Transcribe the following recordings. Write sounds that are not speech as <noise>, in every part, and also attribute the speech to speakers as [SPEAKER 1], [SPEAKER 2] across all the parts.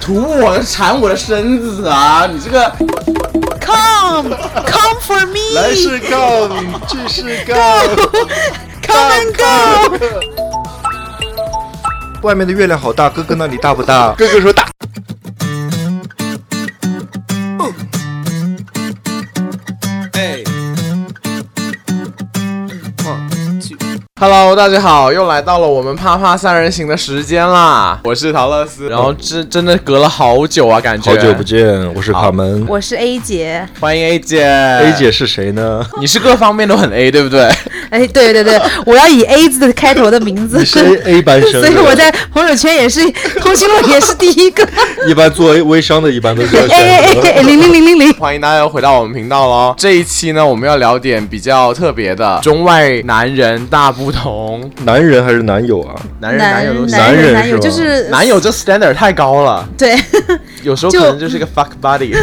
[SPEAKER 1] 涂我的、缠我的身子啊！你这个
[SPEAKER 2] Come, come for me.
[SPEAKER 3] 来是 go，去是
[SPEAKER 1] <laughs>
[SPEAKER 3] go。
[SPEAKER 2] Come and go.
[SPEAKER 3] 外面的月亮好大，哥哥那里大不大？哥哥说大。哎
[SPEAKER 1] Hello，大家好，又来到了我们啪啪三人行的时间啦！
[SPEAKER 3] 我是陶乐斯，
[SPEAKER 1] 然后真真的隔了好久啊，感觉
[SPEAKER 3] 好久不，见，我是卡门。
[SPEAKER 2] 我是 A 姐，
[SPEAKER 1] 欢迎 A 姐
[SPEAKER 3] A，姐是谁呢？
[SPEAKER 1] 你是各方面都很 A 对不对？
[SPEAKER 2] 哎，对对对，我要以 A 字开头的名字
[SPEAKER 3] 你，是 A A
[SPEAKER 2] <laughs>
[SPEAKER 3] 班生，
[SPEAKER 2] 所以我在朋友圈也是，通讯录也是第一
[SPEAKER 3] <laughs>
[SPEAKER 2] 个。
[SPEAKER 3] <laughs> 一般做微商的，一般都是要
[SPEAKER 2] 哎哎哎
[SPEAKER 3] 选择
[SPEAKER 2] 哎，。零零零零零，
[SPEAKER 1] 欢迎大家又回到我们频道喽！这一期呢，我们要聊点比较特别的，中外男人大不同，
[SPEAKER 3] 男人还是男友啊？
[SPEAKER 1] 男人男友都是
[SPEAKER 3] 男
[SPEAKER 2] 男
[SPEAKER 3] 人
[SPEAKER 2] 男友
[SPEAKER 3] 是吧
[SPEAKER 2] 就是
[SPEAKER 1] 男友这 standard 太高了，
[SPEAKER 2] 对， <laughs>
[SPEAKER 1] 有时候可
[SPEAKER 2] 就
[SPEAKER 1] 能就是一个 fuck buddy。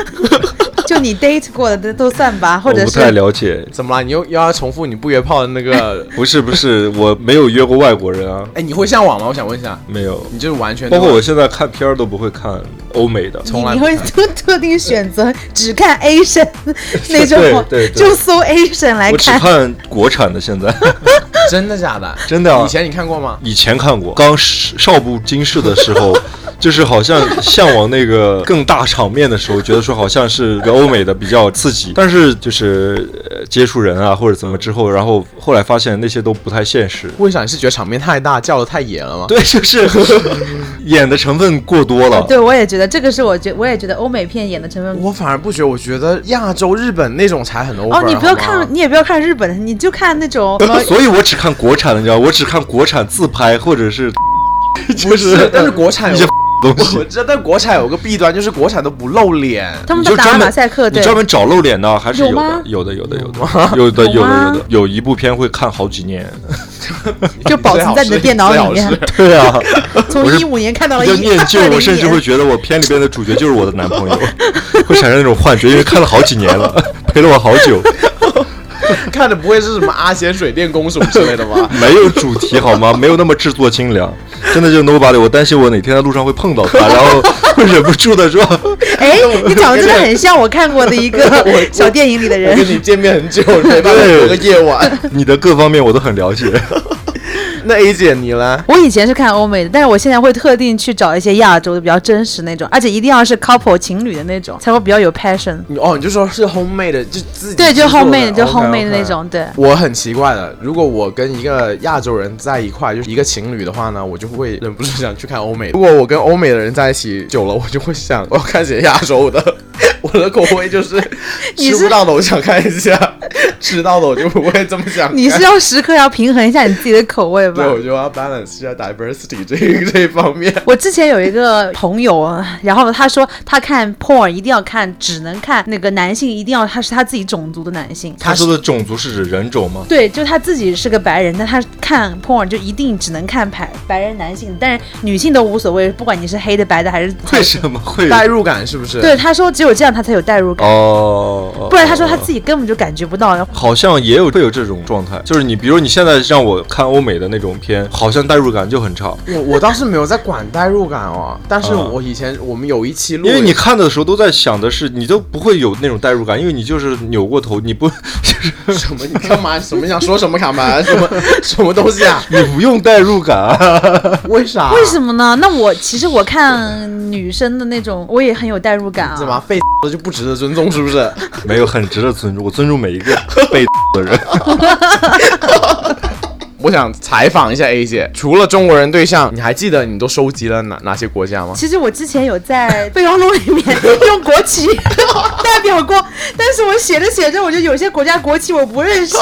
[SPEAKER 2] 就你 date 过的都算吧，
[SPEAKER 3] 我
[SPEAKER 2] 或者
[SPEAKER 3] 不太
[SPEAKER 2] 是
[SPEAKER 3] 了解。
[SPEAKER 1] 怎么啦？你又又要重复你不约炮的那个？
[SPEAKER 3] 不是不是，我没有约过外国人啊，
[SPEAKER 1] <laughs> 哎，你会向往吗？我想问一下，
[SPEAKER 3] 没有。
[SPEAKER 1] 你就是完全
[SPEAKER 3] 包括我现在看片儿都不会看欧美的，
[SPEAKER 1] 从来
[SPEAKER 2] 你
[SPEAKER 1] 不
[SPEAKER 2] 会特 <laughs> 特定选择只看 Asian <laughs> 那种，
[SPEAKER 3] 对对对
[SPEAKER 2] 就搜 Asian 来
[SPEAKER 3] 我只
[SPEAKER 2] 看。
[SPEAKER 3] 看国产的。现在
[SPEAKER 1] 真的假的？
[SPEAKER 3] 真的啊
[SPEAKER 1] 以前你看过吗？
[SPEAKER 3] 以前看过，刚少不经事的时 <laughs> 候，就是好像向往那个更大场面的时候，觉得说好像是个欧美的比较刺激，但是就是、呃接触人啊或者怎么之后，然后后来发现那些都不太现实。
[SPEAKER 1] 为啥你是觉得场面太大，叫的太野了吗？
[SPEAKER 3] 对，就是 <laughs> 演的成分过多了。
[SPEAKER 2] 对，我也觉得这个是我觉，我也觉得欧美片演的成分。
[SPEAKER 1] 我反而不觉得，我觉得亚洲、日本那种才很 over
[SPEAKER 2] 哦，你不要
[SPEAKER 1] 好
[SPEAKER 2] 看
[SPEAKER 1] 吗，
[SPEAKER 2] 你也不要看日本的，你就看那
[SPEAKER 3] <laughs>
[SPEAKER 2] 种什么
[SPEAKER 3] 所以我只看国产的，你知道，我只看国产自拍或者是
[SPEAKER 1] <laughs> 不
[SPEAKER 2] 呃
[SPEAKER 1] 是，但是国产
[SPEAKER 3] 一些
[SPEAKER 1] 有，
[SPEAKER 3] 东
[SPEAKER 1] 我
[SPEAKER 3] 西。
[SPEAKER 1] 知道，但国产有个弊端就是国产都不露脸。
[SPEAKER 2] 他们
[SPEAKER 3] 你
[SPEAKER 2] 都
[SPEAKER 3] 就
[SPEAKER 2] 打了
[SPEAKER 3] 专
[SPEAKER 2] 马
[SPEAKER 3] 门
[SPEAKER 2] 赛克，
[SPEAKER 3] 你
[SPEAKER 2] 对，
[SPEAKER 3] 专门找露脸的还是有
[SPEAKER 2] 有吗
[SPEAKER 3] 的，有的，有的，有的，有的，有的，
[SPEAKER 2] 有
[SPEAKER 3] 有
[SPEAKER 2] 吗
[SPEAKER 3] 的，有一部片会看好几年。啊
[SPEAKER 2] 就保存在你的电脑里面
[SPEAKER 1] 最好是
[SPEAKER 3] 对啊，
[SPEAKER 2] 从
[SPEAKER 3] 我是
[SPEAKER 2] 一五年看到了
[SPEAKER 3] 比
[SPEAKER 2] 一
[SPEAKER 3] 较念旧，我甚至会觉得我片里边的主角就是我的男朋友， <laughs> 会产生那种幻觉，因为看了好几年了，陪了我好久，
[SPEAKER 2] <laughs>
[SPEAKER 1] 看的不会是什么阿贤水电工什么之类的吧？
[SPEAKER 3] 没有主题好吗？没有那么制作精良，真的就是 nobody。我担心我哪天在路上会碰到他，然后会忍不住的说，
[SPEAKER 2] 哎，你长得真的很像我看过的
[SPEAKER 3] <laughs>
[SPEAKER 2] 一个 <laughs> 小电影里的
[SPEAKER 1] 我跟
[SPEAKER 2] 人。
[SPEAKER 1] 你见面很久，没办法
[SPEAKER 3] 对
[SPEAKER 1] 有个夜晚。
[SPEAKER 3] 你的各方面我都很了解。
[SPEAKER 1] 那 A 姐你呢？
[SPEAKER 2] 我以前是看欧美的，但是我现在会特定去找一些亚洲的比较真实那种，而且一定要是 couple 情侣的那种，才会比较有 passion。
[SPEAKER 1] 你哦，你就说是 homemade 的，就自己
[SPEAKER 2] 对，就
[SPEAKER 1] 制作的
[SPEAKER 2] homemade 就
[SPEAKER 1] OK，OK
[SPEAKER 2] homemade 那种，对。
[SPEAKER 1] 我很奇怪的，如果我跟一个亚洲人在一块，就是一个情侣的话呢，我就会忍不住想去看欧美。如果我跟欧美的人在一起久了，我就会想我要看些亚洲的。 <laughs> 我的口味就是
[SPEAKER 2] 你
[SPEAKER 1] 吃
[SPEAKER 2] 是
[SPEAKER 1] 不到的我想看一下，吃到的我就不会这么想看。
[SPEAKER 2] 你是要时刻要平衡一下你自己的口味吧
[SPEAKER 1] 对，？我就要 balance 一下 diversity 这一 <laughs> 这一方面。
[SPEAKER 2] <laughs> 我之前有一个朋友，啊然后他说他看 porn 一定要看，只能看那个男性，一定要他是他自己种族的男性。
[SPEAKER 3] 他说的种族是指人种吗？
[SPEAKER 2] 对，就他自己是个白人，但他看 porn 就一定只能看白白人男性，但是女性都无所谓，不管你是黑的、白的还是
[SPEAKER 3] 为什么会？
[SPEAKER 1] 代入感是不是？
[SPEAKER 2] 对，，他说只有这样他才有代入感，
[SPEAKER 3] 哦，
[SPEAKER 2] 不然他说他自己根本就感觉不到。
[SPEAKER 3] 好像也有会有这种状态，就是你比如你现在让我看欧美的那种片，好像代入感就很差，
[SPEAKER 1] 我我倒是没有在管代入感 <laughs> 哦，但是
[SPEAKER 3] 啊
[SPEAKER 1] 我以前我们有一期录，
[SPEAKER 3] 因为你看的时候都在想的是，你都不会有那种代入感，因为你就是扭过头，你不 <laughs> 就是
[SPEAKER 1] 什么你干嘛？什么想说什么卡门？什 <laughs> 么什么东西啊？
[SPEAKER 3] 你不用代入感、啊，
[SPEAKER 1] 为啥？
[SPEAKER 2] 为什么呢？那我其实我看女生的那种，我也很有代入感啊。
[SPEAKER 1] 怎么被的就不值得尊重？是不是？
[SPEAKER 3] <laughs>
[SPEAKER 1] <laughs>
[SPEAKER 3] 没有很值得尊重，我尊重每一个被的人。
[SPEAKER 1] 我想采访一下 A 姐，除了中国人对象，你还记得你都收集了哪哪些国家吗？
[SPEAKER 2] 其实我之前有 <laughs> 在备忘录里面用国旗 <laughs> 代表过，但是我写着写着，我就有些国家国旗我不 <laughs> 认识，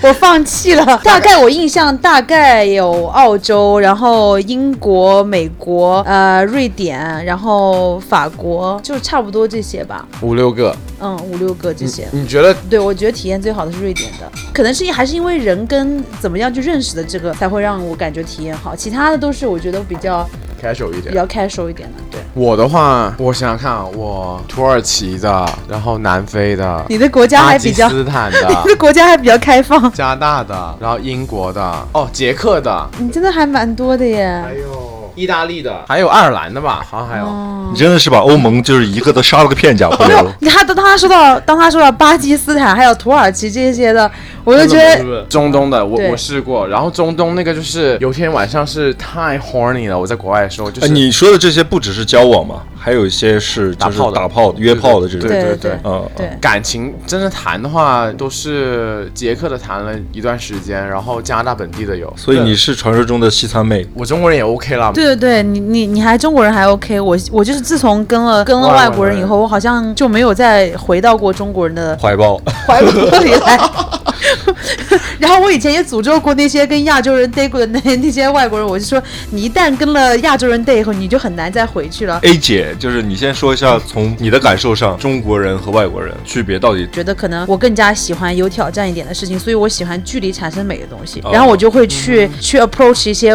[SPEAKER 2] 我放弃了。大概我印象大概有澳洲，然后英国、美国、呃瑞典，然后法国，就差不多这些吧。
[SPEAKER 1] 五六个。
[SPEAKER 2] 嗯，五六个这些。
[SPEAKER 1] 你觉得
[SPEAKER 2] 对，我觉得体验最好的是瑞典的，可能是因还是因为人跟怎么样去认识的这个，才会让我感觉体验好。其他的都是我觉得比较
[SPEAKER 1] casual 一
[SPEAKER 2] 比
[SPEAKER 1] 点？
[SPEAKER 2] 较 casual 一点的，对。
[SPEAKER 1] 我的话，我想想看啊，我土耳其的，然后南非的，
[SPEAKER 2] 你的国家还比较
[SPEAKER 1] 巴，基斯坦
[SPEAKER 2] <laughs> 你的
[SPEAKER 1] 的。
[SPEAKER 2] 国家还比较开放，
[SPEAKER 1] 加拿大的，然后英国的，哦，捷克的，
[SPEAKER 2] 你真的还蛮多的耶。
[SPEAKER 1] 哎呦，意大利的，还有爱尔兰的吧，好像还有。
[SPEAKER 2] 哦
[SPEAKER 3] 你真的是把欧盟就是一个都杀了个片甲不
[SPEAKER 2] 没
[SPEAKER 3] 留
[SPEAKER 2] 有
[SPEAKER 3] <laughs> 了。，
[SPEAKER 2] 他当他说到当他说到巴基斯坦还有土耳其这些的，我就觉
[SPEAKER 1] 真的吗
[SPEAKER 2] 得
[SPEAKER 1] 是不是中东的，我
[SPEAKER 2] 对
[SPEAKER 1] 我试过，然后中东那个就是有天晚上是太 horny 了，我在国外的时候就
[SPEAKER 3] 哎，
[SPEAKER 1] 是、
[SPEAKER 3] 你说的这些不只是交往嘛，还有一些是
[SPEAKER 1] 打
[SPEAKER 3] 就是
[SPEAKER 1] 炮的
[SPEAKER 3] 打炮的、约炮的这种。
[SPEAKER 1] 对
[SPEAKER 2] 对
[SPEAKER 1] 对
[SPEAKER 3] 嗯，嗯
[SPEAKER 2] 对
[SPEAKER 1] 感情真的谈的话，都是捷克的谈了一段时间，然后加拿大本地的有，
[SPEAKER 3] 所以
[SPEAKER 1] 对
[SPEAKER 3] 你是传说中的西餐妹，
[SPEAKER 1] 我中国人也 OK 啦。
[SPEAKER 2] 对对对，你你你还中国人还 OK，我我就是自从跟了跟了
[SPEAKER 1] 外
[SPEAKER 2] 外
[SPEAKER 1] 国
[SPEAKER 2] 国人以
[SPEAKER 1] 人
[SPEAKER 2] 后，我好像就没有再回到过中国人的
[SPEAKER 3] 怀抱。
[SPEAKER 1] 哎
[SPEAKER 2] 怀抱里来。 <laughs> 然后我以前也诅咒过那些跟亚洲人 date 过的那那些外国人，我就说你一旦跟了亚洲人 date 以后，你就很难再回去了。
[SPEAKER 3] <laughs> A 姐，就是你先说一下，从你的感受上，中国人和外国人区别到底？
[SPEAKER 2] 觉得可能我更加喜欢有挑战一点的事情，所以我喜欢距离产生美的东西
[SPEAKER 3] 哦，嗯
[SPEAKER 2] 然后我就会去、去 approach 一些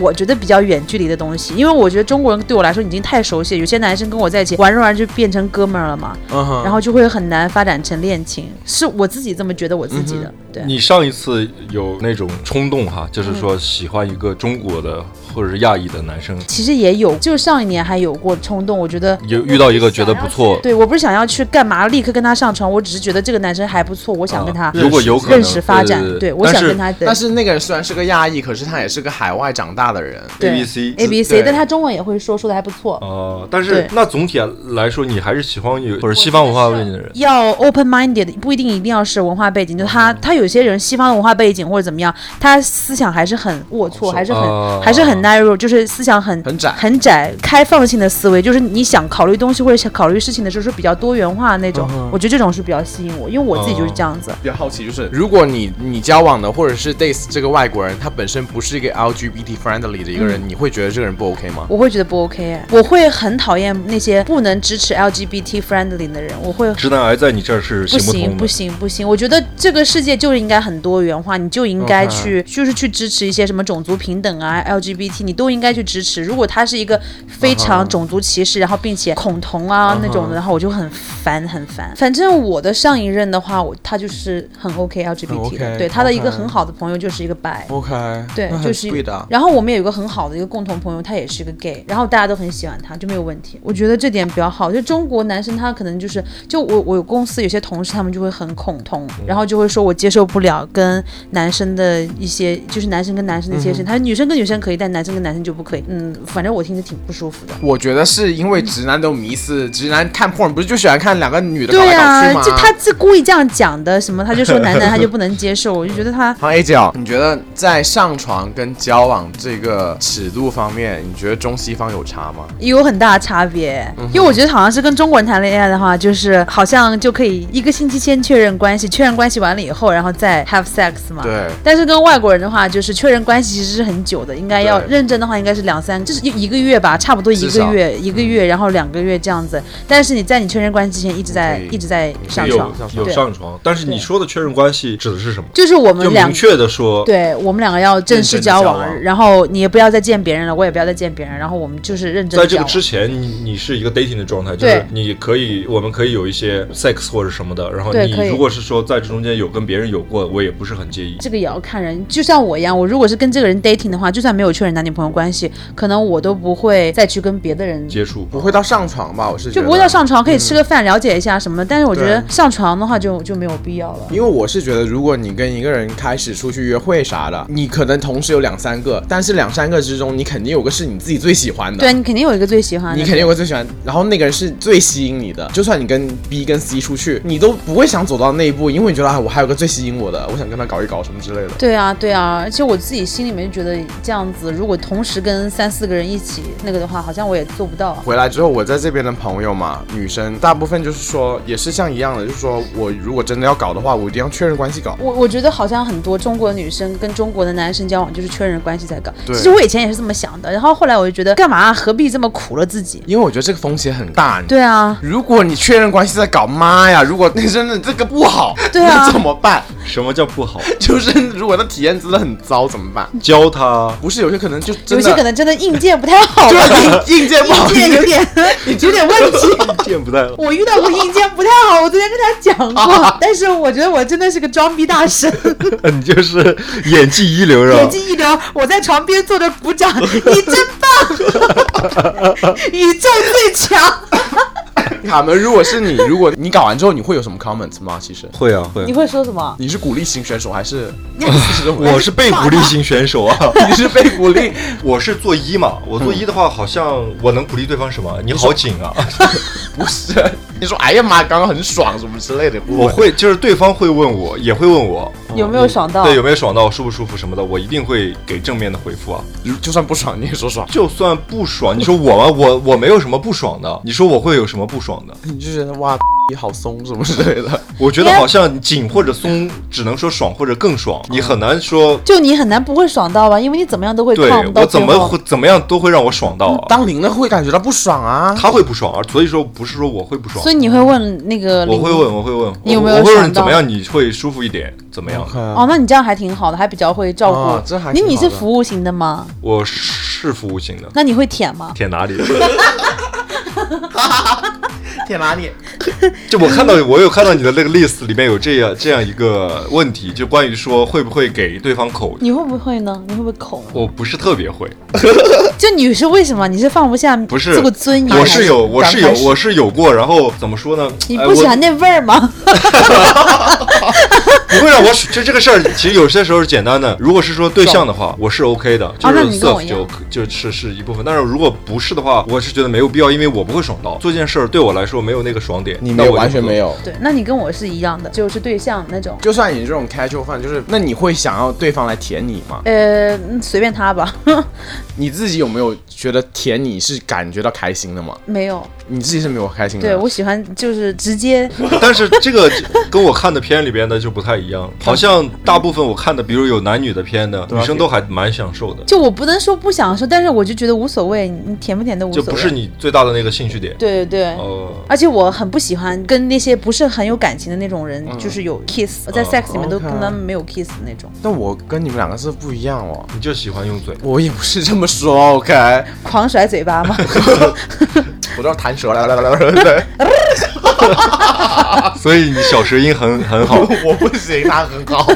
[SPEAKER 2] 我觉得比较远距离的东西，因为我觉得中国人对我来说已经太熟悉了，有些男生跟我在一起玩着玩着就变成哥们儿了嘛，
[SPEAKER 1] 嗯哼，
[SPEAKER 2] 然后就会很难发展成恋情，是我自己这么觉得我自己的，嗯对。
[SPEAKER 3] 你上一次有那种冲动哈，就是说喜欢一个中国的或者是亚裔的男生，
[SPEAKER 2] 其实也有，就上一年还有过冲动，我觉得
[SPEAKER 3] 有遇到一个觉得不错，
[SPEAKER 2] 对我不是想要去干嘛，立刻跟他上床，我只是觉得这个男生还不错，我想跟他
[SPEAKER 3] 啊如果有可能
[SPEAKER 2] 认识发展，
[SPEAKER 3] 对对对
[SPEAKER 2] 我
[SPEAKER 3] 但
[SPEAKER 2] 想
[SPEAKER 3] 是
[SPEAKER 2] 跟他对
[SPEAKER 1] 但是那个人虽然是个亚裔，可是他也是个海外长大的人。
[SPEAKER 2] 对
[SPEAKER 3] ABC
[SPEAKER 2] A B C，
[SPEAKER 1] 对
[SPEAKER 2] 但他中文也会说，说的还不错。
[SPEAKER 3] 哦，但是
[SPEAKER 2] 对
[SPEAKER 3] 那总体来说，你还是喜欢有或者西方文化背景的人。
[SPEAKER 2] 要 open minded，不一定一定要是文化背景，就他他有些人西方的文化背景或者怎么样，他思想还是很龌龊，还是很、
[SPEAKER 3] 啊
[SPEAKER 2] 还是很 narrow，就是思想很
[SPEAKER 1] 很窄
[SPEAKER 2] 很窄，开放性的思维，就是你想考虑东西或者想考虑事情的时候是比较多元化那种。我觉得这种是比较吸引我，因为我自己就是这样子。
[SPEAKER 1] 比较好奇就是，如果你你交往的或者是 dates 这个外国人，他本身不是一个 LGBT friendly 的一个人，你会觉得这个人不 OK 吗？
[SPEAKER 2] 我会觉得不 OK，哎我会很讨厌那些不能支持 LGBT friendly 的人，我会
[SPEAKER 3] 直男癌在你这儿是
[SPEAKER 2] 不
[SPEAKER 3] 行通
[SPEAKER 2] 行
[SPEAKER 3] 的。
[SPEAKER 2] 不行不行，我觉得这个世界就应该很多元化，你就应
[SPEAKER 3] 嗯
[SPEAKER 2] 该
[SPEAKER 1] OK
[SPEAKER 2] 去就是去支持一些什么种族平等啊、LGBT，你都应该去支持。如果他是一个非
[SPEAKER 3] 嗯
[SPEAKER 2] 常种族歧视，然后并且恐同啊那种的，然后我就很烦很烦。反正我的上一任的话，我他就是很 OK LGBT 的，
[SPEAKER 3] 哦
[SPEAKER 1] OK，
[SPEAKER 2] 对他的一个
[SPEAKER 1] OK
[SPEAKER 2] 很好的朋友就是一个白。
[SPEAKER 1] OK，
[SPEAKER 2] 对，就是一个。
[SPEAKER 1] 啊
[SPEAKER 2] 然后我们有一个很好的一个共同朋友，他也是一个 gay，然后大家都很喜欢他，就没有问题。我觉得这点比较好，就中国男生他可能就是，就我我有公司有些同事他们就会很恐同，然后就会说我接受不了跟男生的一些，就是男生跟男生的一些事情，他说女生跟女生可以，但男生跟男生就不可以。嗯，反正我听着挺不舒服的。
[SPEAKER 1] 我觉得是因为直男都有迷思，直男看 porn 不是就喜欢看两个女的搞
[SPEAKER 2] 对
[SPEAKER 1] 来搞去
[SPEAKER 2] 啊，
[SPEAKER 1] 吗？
[SPEAKER 2] 就他是故意这样讲的，什么他就说男男他就不能接受，我就觉得他
[SPEAKER 1] 好 A 角，你觉得在上床跟交往这个尺度方面，你觉得中西方有差吗？
[SPEAKER 2] 有很大的差别，因为我觉得好像是跟中国人谈恋爱的话，就是好像就可以一个星期先确认关系，确认关系完了以后，然后再 have sex 嘛。。
[SPEAKER 1] 对，
[SPEAKER 2] 但是跟外国人的话，就是确认关系其实是很久的，应该要
[SPEAKER 1] 对
[SPEAKER 2] 认真的话，应该是两三，就是一一个月吧，差不多一
[SPEAKER 1] 至少
[SPEAKER 2] 个月，一个月，然后两个月这样子。但是你在你确认关系之前，一直在
[SPEAKER 1] 你可以
[SPEAKER 2] 一直在上
[SPEAKER 1] 有
[SPEAKER 2] 床
[SPEAKER 1] 上，床
[SPEAKER 3] 有
[SPEAKER 2] 对
[SPEAKER 3] 上床，但是你说的确认关系指的是什么？
[SPEAKER 2] 就是我
[SPEAKER 3] 就
[SPEAKER 2] 们两
[SPEAKER 3] 明确的说，
[SPEAKER 2] 对我们两个要正式
[SPEAKER 1] 认真地交
[SPEAKER 2] 交往，
[SPEAKER 1] 往
[SPEAKER 2] 然后你也不要再见别人了，我也不要再见别人，然后我们就是认真
[SPEAKER 3] 在
[SPEAKER 2] 地
[SPEAKER 3] 这
[SPEAKER 2] 交
[SPEAKER 3] 个
[SPEAKER 2] 往。
[SPEAKER 3] 之前，你你是一个 dating 的状态，就是
[SPEAKER 2] 对
[SPEAKER 3] 你可以，我们可以有一些 sex 或者什么的。然后
[SPEAKER 2] 对
[SPEAKER 3] 你
[SPEAKER 2] 可以
[SPEAKER 3] 如果是说在这中间有跟别人有过，我也不是很介意。
[SPEAKER 2] 这个也要看人，就像我一样，我如果是跟这个人 dating 的话，就算没有确认男女朋友关系，可能我都不会再去跟别的人，
[SPEAKER 3] 接触
[SPEAKER 1] 不会到上床吧？我是觉
[SPEAKER 2] 就
[SPEAKER 1] 得
[SPEAKER 2] 不会到，上床，可以吃个
[SPEAKER 1] 嗯
[SPEAKER 2] 饭、了解一下什么的。但是我觉得
[SPEAKER 1] 对
[SPEAKER 2] 上床的话就就没有必要了。
[SPEAKER 1] 因为我是觉得，如果你跟一个人开始出去约会啥的，你可能同时有两三个，但是两三个之中，你肯定有个是你自己最喜欢的。
[SPEAKER 2] 对啊，你肯定有一个最喜欢
[SPEAKER 1] 你
[SPEAKER 2] 的，
[SPEAKER 1] 肯定有个最喜欢，然后那个人是最吸引你的。就算你跟 B 跟 C 出去，你都不会想走到那一步，因为你觉得啊，我还有个最吸引我的，我想跟他搞一搞什么之类的。
[SPEAKER 2] 对啊，对啊。而且我自己心里面觉得这样子，如果同时跟三四个人一起那个的话，好像我也做不到。
[SPEAKER 1] 回来之后，我在这边的朋友嘛，女生大部分就是说，也是像一样的，就是说我如果真的要搞的话，我一定要确认关系搞。
[SPEAKER 2] 我我觉得好像很多中国女生跟中国的男生交往就是确认关系在搞。其
[SPEAKER 1] 对
[SPEAKER 2] 实我以前也是这么想的，然后后来我就觉得干嘛啊何必这么苦了自己？
[SPEAKER 1] 因为我觉得这个风险很大。你
[SPEAKER 2] 对啊，
[SPEAKER 1] 如果你确认关系在搞，妈呀！如果那真的这个不好，
[SPEAKER 2] 对啊
[SPEAKER 1] 那怎么办？
[SPEAKER 3] 什么叫不好？
[SPEAKER 1] 就是如果那体验真的很糟怎么办？
[SPEAKER 3] 教他
[SPEAKER 1] 不是有些可能就真
[SPEAKER 2] 有
[SPEAKER 1] 的
[SPEAKER 2] 些可能真的硬件不太好
[SPEAKER 1] 就
[SPEAKER 2] 吧，
[SPEAKER 1] 是硬硬件不好，
[SPEAKER 2] 硬件有
[SPEAKER 3] <laughs>
[SPEAKER 2] 点有点问题。
[SPEAKER 3] 见不太好。
[SPEAKER 2] <laughs> 我遇到过硬件不太好，我昨天跟他讲
[SPEAKER 3] 啊
[SPEAKER 2] 过，但是我觉得我真的是个装逼大神，
[SPEAKER 3] <laughs> 你就是演技一流是
[SPEAKER 2] 眼
[SPEAKER 3] 吧？
[SPEAKER 2] 睛一流，我在床边坐着鼓
[SPEAKER 3] <laughs>
[SPEAKER 2] 掌，你真棒， <laughs> 宇宙最强。
[SPEAKER 1] 卡门，如果是你，如果你搞完之后，你会有什么 comments 吗？其实
[SPEAKER 3] 会啊会
[SPEAKER 2] <laughs> 你
[SPEAKER 3] 啊，
[SPEAKER 2] 会说什
[SPEAKER 3] <laughs>
[SPEAKER 2] 么？
[SPEAKER 1] 你是鼓励型选手还是 <laughs> 是什么
[SPEAKER 3] 我是被鼓励型选手 <laughs> 啊。
[SPEAKER 1] 你是被鼓励？
[SPEAKER 3] 我是做一嘛，我做一的话，好像我能鼓励对方什么？你好紧啊！
[SPEAKER 1] 不是，你说哎呀妈，刚刚很爽什么之类的，
[SPEAKER 3] 我会，就是对方会问我，也会问我，
[SPEAKER 2] 有没有爽到？
[SPEAKER 3] 对有没有爽到，舒不舒服什么的，我一定会给正面的回复啊。
[SPEAKER 1] 如就算不爽你也说爽，
[SPEAKER 3] 就算不爽，你说我吗？我我没有什么不爽的，你说我会有什么不爽的？
[SPEAKER 1] <laughs> 你就觉得哇你好松什么之类的。
[SPEAKER 3] 我觉得好像紧或者松，只能说爽或者更爽，你很难说。
[SPEAKER 2] 就你很难不会爽到吧，因为你怎么样都会
[SPEAKER 3] 对
[SPEAKER 2] 抗到
[SPEAKER 3] 我怎
[SPEAKER 2] 最
[SPEAKER 3] 么
[SPEAKER 2] 后嗯
[SPEAKER 3] 会怎么样都会让我爽到啊，
[SPEAKER 1] 当零的会感觉到不爽
[SPEAKER 3] <laughs>
[SPEAKER 1] 啊，
[SPEAKER 3] 他会不爽啊，所以说不是说我会不爽
[SPEAKER 2] 所，以你会问那个
[SPEAKER 3] 我
[SPEAKER 2] 零
[SPEAKER 3] 会问，我会问，
[SPEAKER 2] 你有
[SPEAKER 3] 我
[SPEAKER 2] 没有
[SPEAKER 3] 我会
[SPEAKER 2] 爽
[SPEAKER 3] 问
[SPEAKER 2] 到
[SPEAKER 3] 怎么样你会舒服一点，怎么样？
[SPEAKER 1] 嗯
[SPEAKER 2] 哦，那你这样还挺好的，还比较会照顾。
[SPEAKER 1] 哦这还
[SPEAKER 2] 你
[SPEAKER 1] 挺
[SPEAKER 2] 你
[SPEAKER 1] 好
[SPEAKER 2] 是
[SPEAKER 1] 的
[SPEAKER 2] 服务型的吗？
[SPEAKER 3] 我是服务型的，
[SPEAKER 2] 那你会舔吗？
[SPEAKER 3] 舔哪里？
[SPEAKER 1] 舔哪里？
[SPEAKER 3] <laughs> 就我看到我有看到你的那个 list 里面有这样这样一个问题，就关于说会不会给对方口，
[SPEAKER 2] 你会不会呢？你会不会口？
[SPEAKER 3] 我不是特别会，
[SPEAKER 2] 就你是为什么？你是放不下
[SPEAKER 3] 不是
[SPEAKER 2] 这个尊严？
[SPEAKER 3] 我是有我是有
[SPEAKER 1] 刚开始
[SPEAKER 3] 我是有过，然后怎么说呢？
[SPEAKER 2] 你
[SPEAKER 3] 哎
[SPEAKER 2] 不喜欢
[SPEAKER 3] 我
[SPEAKER 2] 那味儿吗？
[SPEAKER 3] 不会让我这这个事儿，其实有些时候是简单的。如果是说对象的话，我是 OK 的，就
[SPEAKER 2] 啊
[SPEAKER 3] 是
[SPEAKER 2] 那你跟我
[SPEAKER 3] surf
[SPEAKER 2] 一
[SPEAKER 3] 就
[SPEAKER 2] 样
[SPEAKER 3] 就是是一部分。但是如果不是的话，我是觉得没有必要，因为我不会爽到做件事儿，对我来说没有那个爽点。
[SPEAKER 1] 你
[SPEAKER 3] 那
[SPEAKER 1] 没有
[SPEAKER 3] 我就
[SPEAKER 1] 完全
[SPEAKER 3] 不
[SPEAKER 1] 没有。
[SPEAKER 2] 对，那你跟我是一样的，就是对象那种。
[SPEAKER 1] 就算你这种 casual 饭，就是那你会想要对方来舔你吗？
[SPEAKER 2] 呃，嗯随便他吧， <laughs>
[SPEAKER 1] 你自己有没有觉得舔你是感觉到开心的吗？
[SPEAKER 2] 没有。
[SPEAKER 1] 你自己是没有开心的。
[SPEAKER 2] 对我喜欢就是直接，
[SPEAKER 3] <laughs> 但是这个跟我看的片里边的就不太一
[SPEAKER 2] <laughs>
[SPEAKER 3] 样，好像大部分我看的，比如有男女的片的，
[SPEAKER 1] 对啊
[SPEAKER 3] 女生都还蛮享受的，
[SPEAKER 2] 就我不能说不享受，但是我就觉得无所谓，你舔不舔都无所
[SPEAKER 3] 就
[SPEAKER 2] 谓。
[SPEAKER 3] 不是你最大的那个兴趣点。
[SPEAKER 2] 对对对。
[SPEAKER 3] 哦，
[SPEAKER 2] 而且我很不喜欢跟那些不是很有感情的那种人，就是有 kiss，、我在
[SPEAKER 3] 嗯
[SPEAKER 2] sex 里面都跟
[SPEAKER 1] OK
[SPEAKER 2] 他们没有 kiss 的那种，
[SPEAKER 1] 但我跟你们两个是不一样哦。
[SPEAKER 3] 你就喜欢用嘴，
[SPEAKER 1] 我也不是这么说，OK？
[SPEAKER 2] 狂甩嘴巴
[SPEAKER 3] <laughs>
[SPEAKER 2] 嘛。
[SPEAKER 1] 我都要弹舌了，来来来来 <laughs> 来，
[SPEAKER 2] 啊
[SPEAKER 3] 所以你小舌音很
[SPEAKER 2] <laughs>
[SPEAKER 3] 很好。
[SPEAKER 1] 我不行，他很好。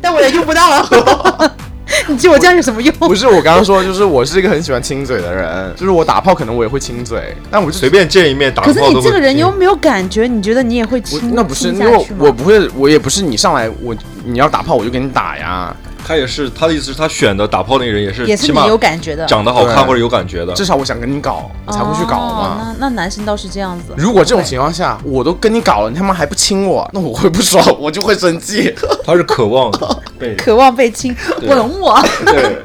[SPEAKER 2] 但我也用不到啊。
[SPEAKER 3] <laughs>
[SPEAKER 2] 你记我这样有什么用？
[SPEAKER 1] 不是我刚刚说，就是我是一个很喜欢亲嘴的人，就是我打炮可能我也会亲嘴，但我就
[SPEAKER 3] 随。便见一面打
[SPEAKER 2] 可
[SPEAKER 3] 个
[SPEAKER 2] 是
[SPEAKER 3] 炮
[SPEAKER 2] 你
[SPEAKER 3] 啊都
[SPEAKER 2] 这个
[SPEAKER 3] 会。
[SPEAKER 2] 人有没有感觉？你觉得你也会
[SPEAKER 1] 我
[SPEAKER 2] 亲？
[SPEAKER 1] 那不是，
[SPEAKER 2] 亲
[SPEAKER 1] 因
[SPEAKER 2] 下
[SPEAKER 1] 为
[SPEAKER 2] 去吗
[SPEAKER 1] 我不会，我也不是你上来我你要打炮我就给你打呀，
[SPEAKER 3] 他也是他的意思是他选的打炮那个人也是
[SPEAKER 2] 也是
[SPEAKER 3] 起
[SPEAKER 2] 你
[SPEAKER 3] 码
[SPEAKER 2] 有感觉的，
[SPEAKER 3] 长得好看
[SPEAKER 1] 对
[SPEAKER 3] 或者有感觉的
[SPEAKER 1] 至。少我想跟你搞才会去搞嘛。
[SPEAKER 2] 哦、那那男生倒是这样子。
[SPEAKER 1] 如果这种情况下，我都跟你搞了，你他妈还不亲我，那我会不爽，我就会生气。 <laughs>
[SPEAKER 3] 他是渴望被
[SPEAKER 2] 渴望被亲，吻我，
[SPEAKER 3] 对，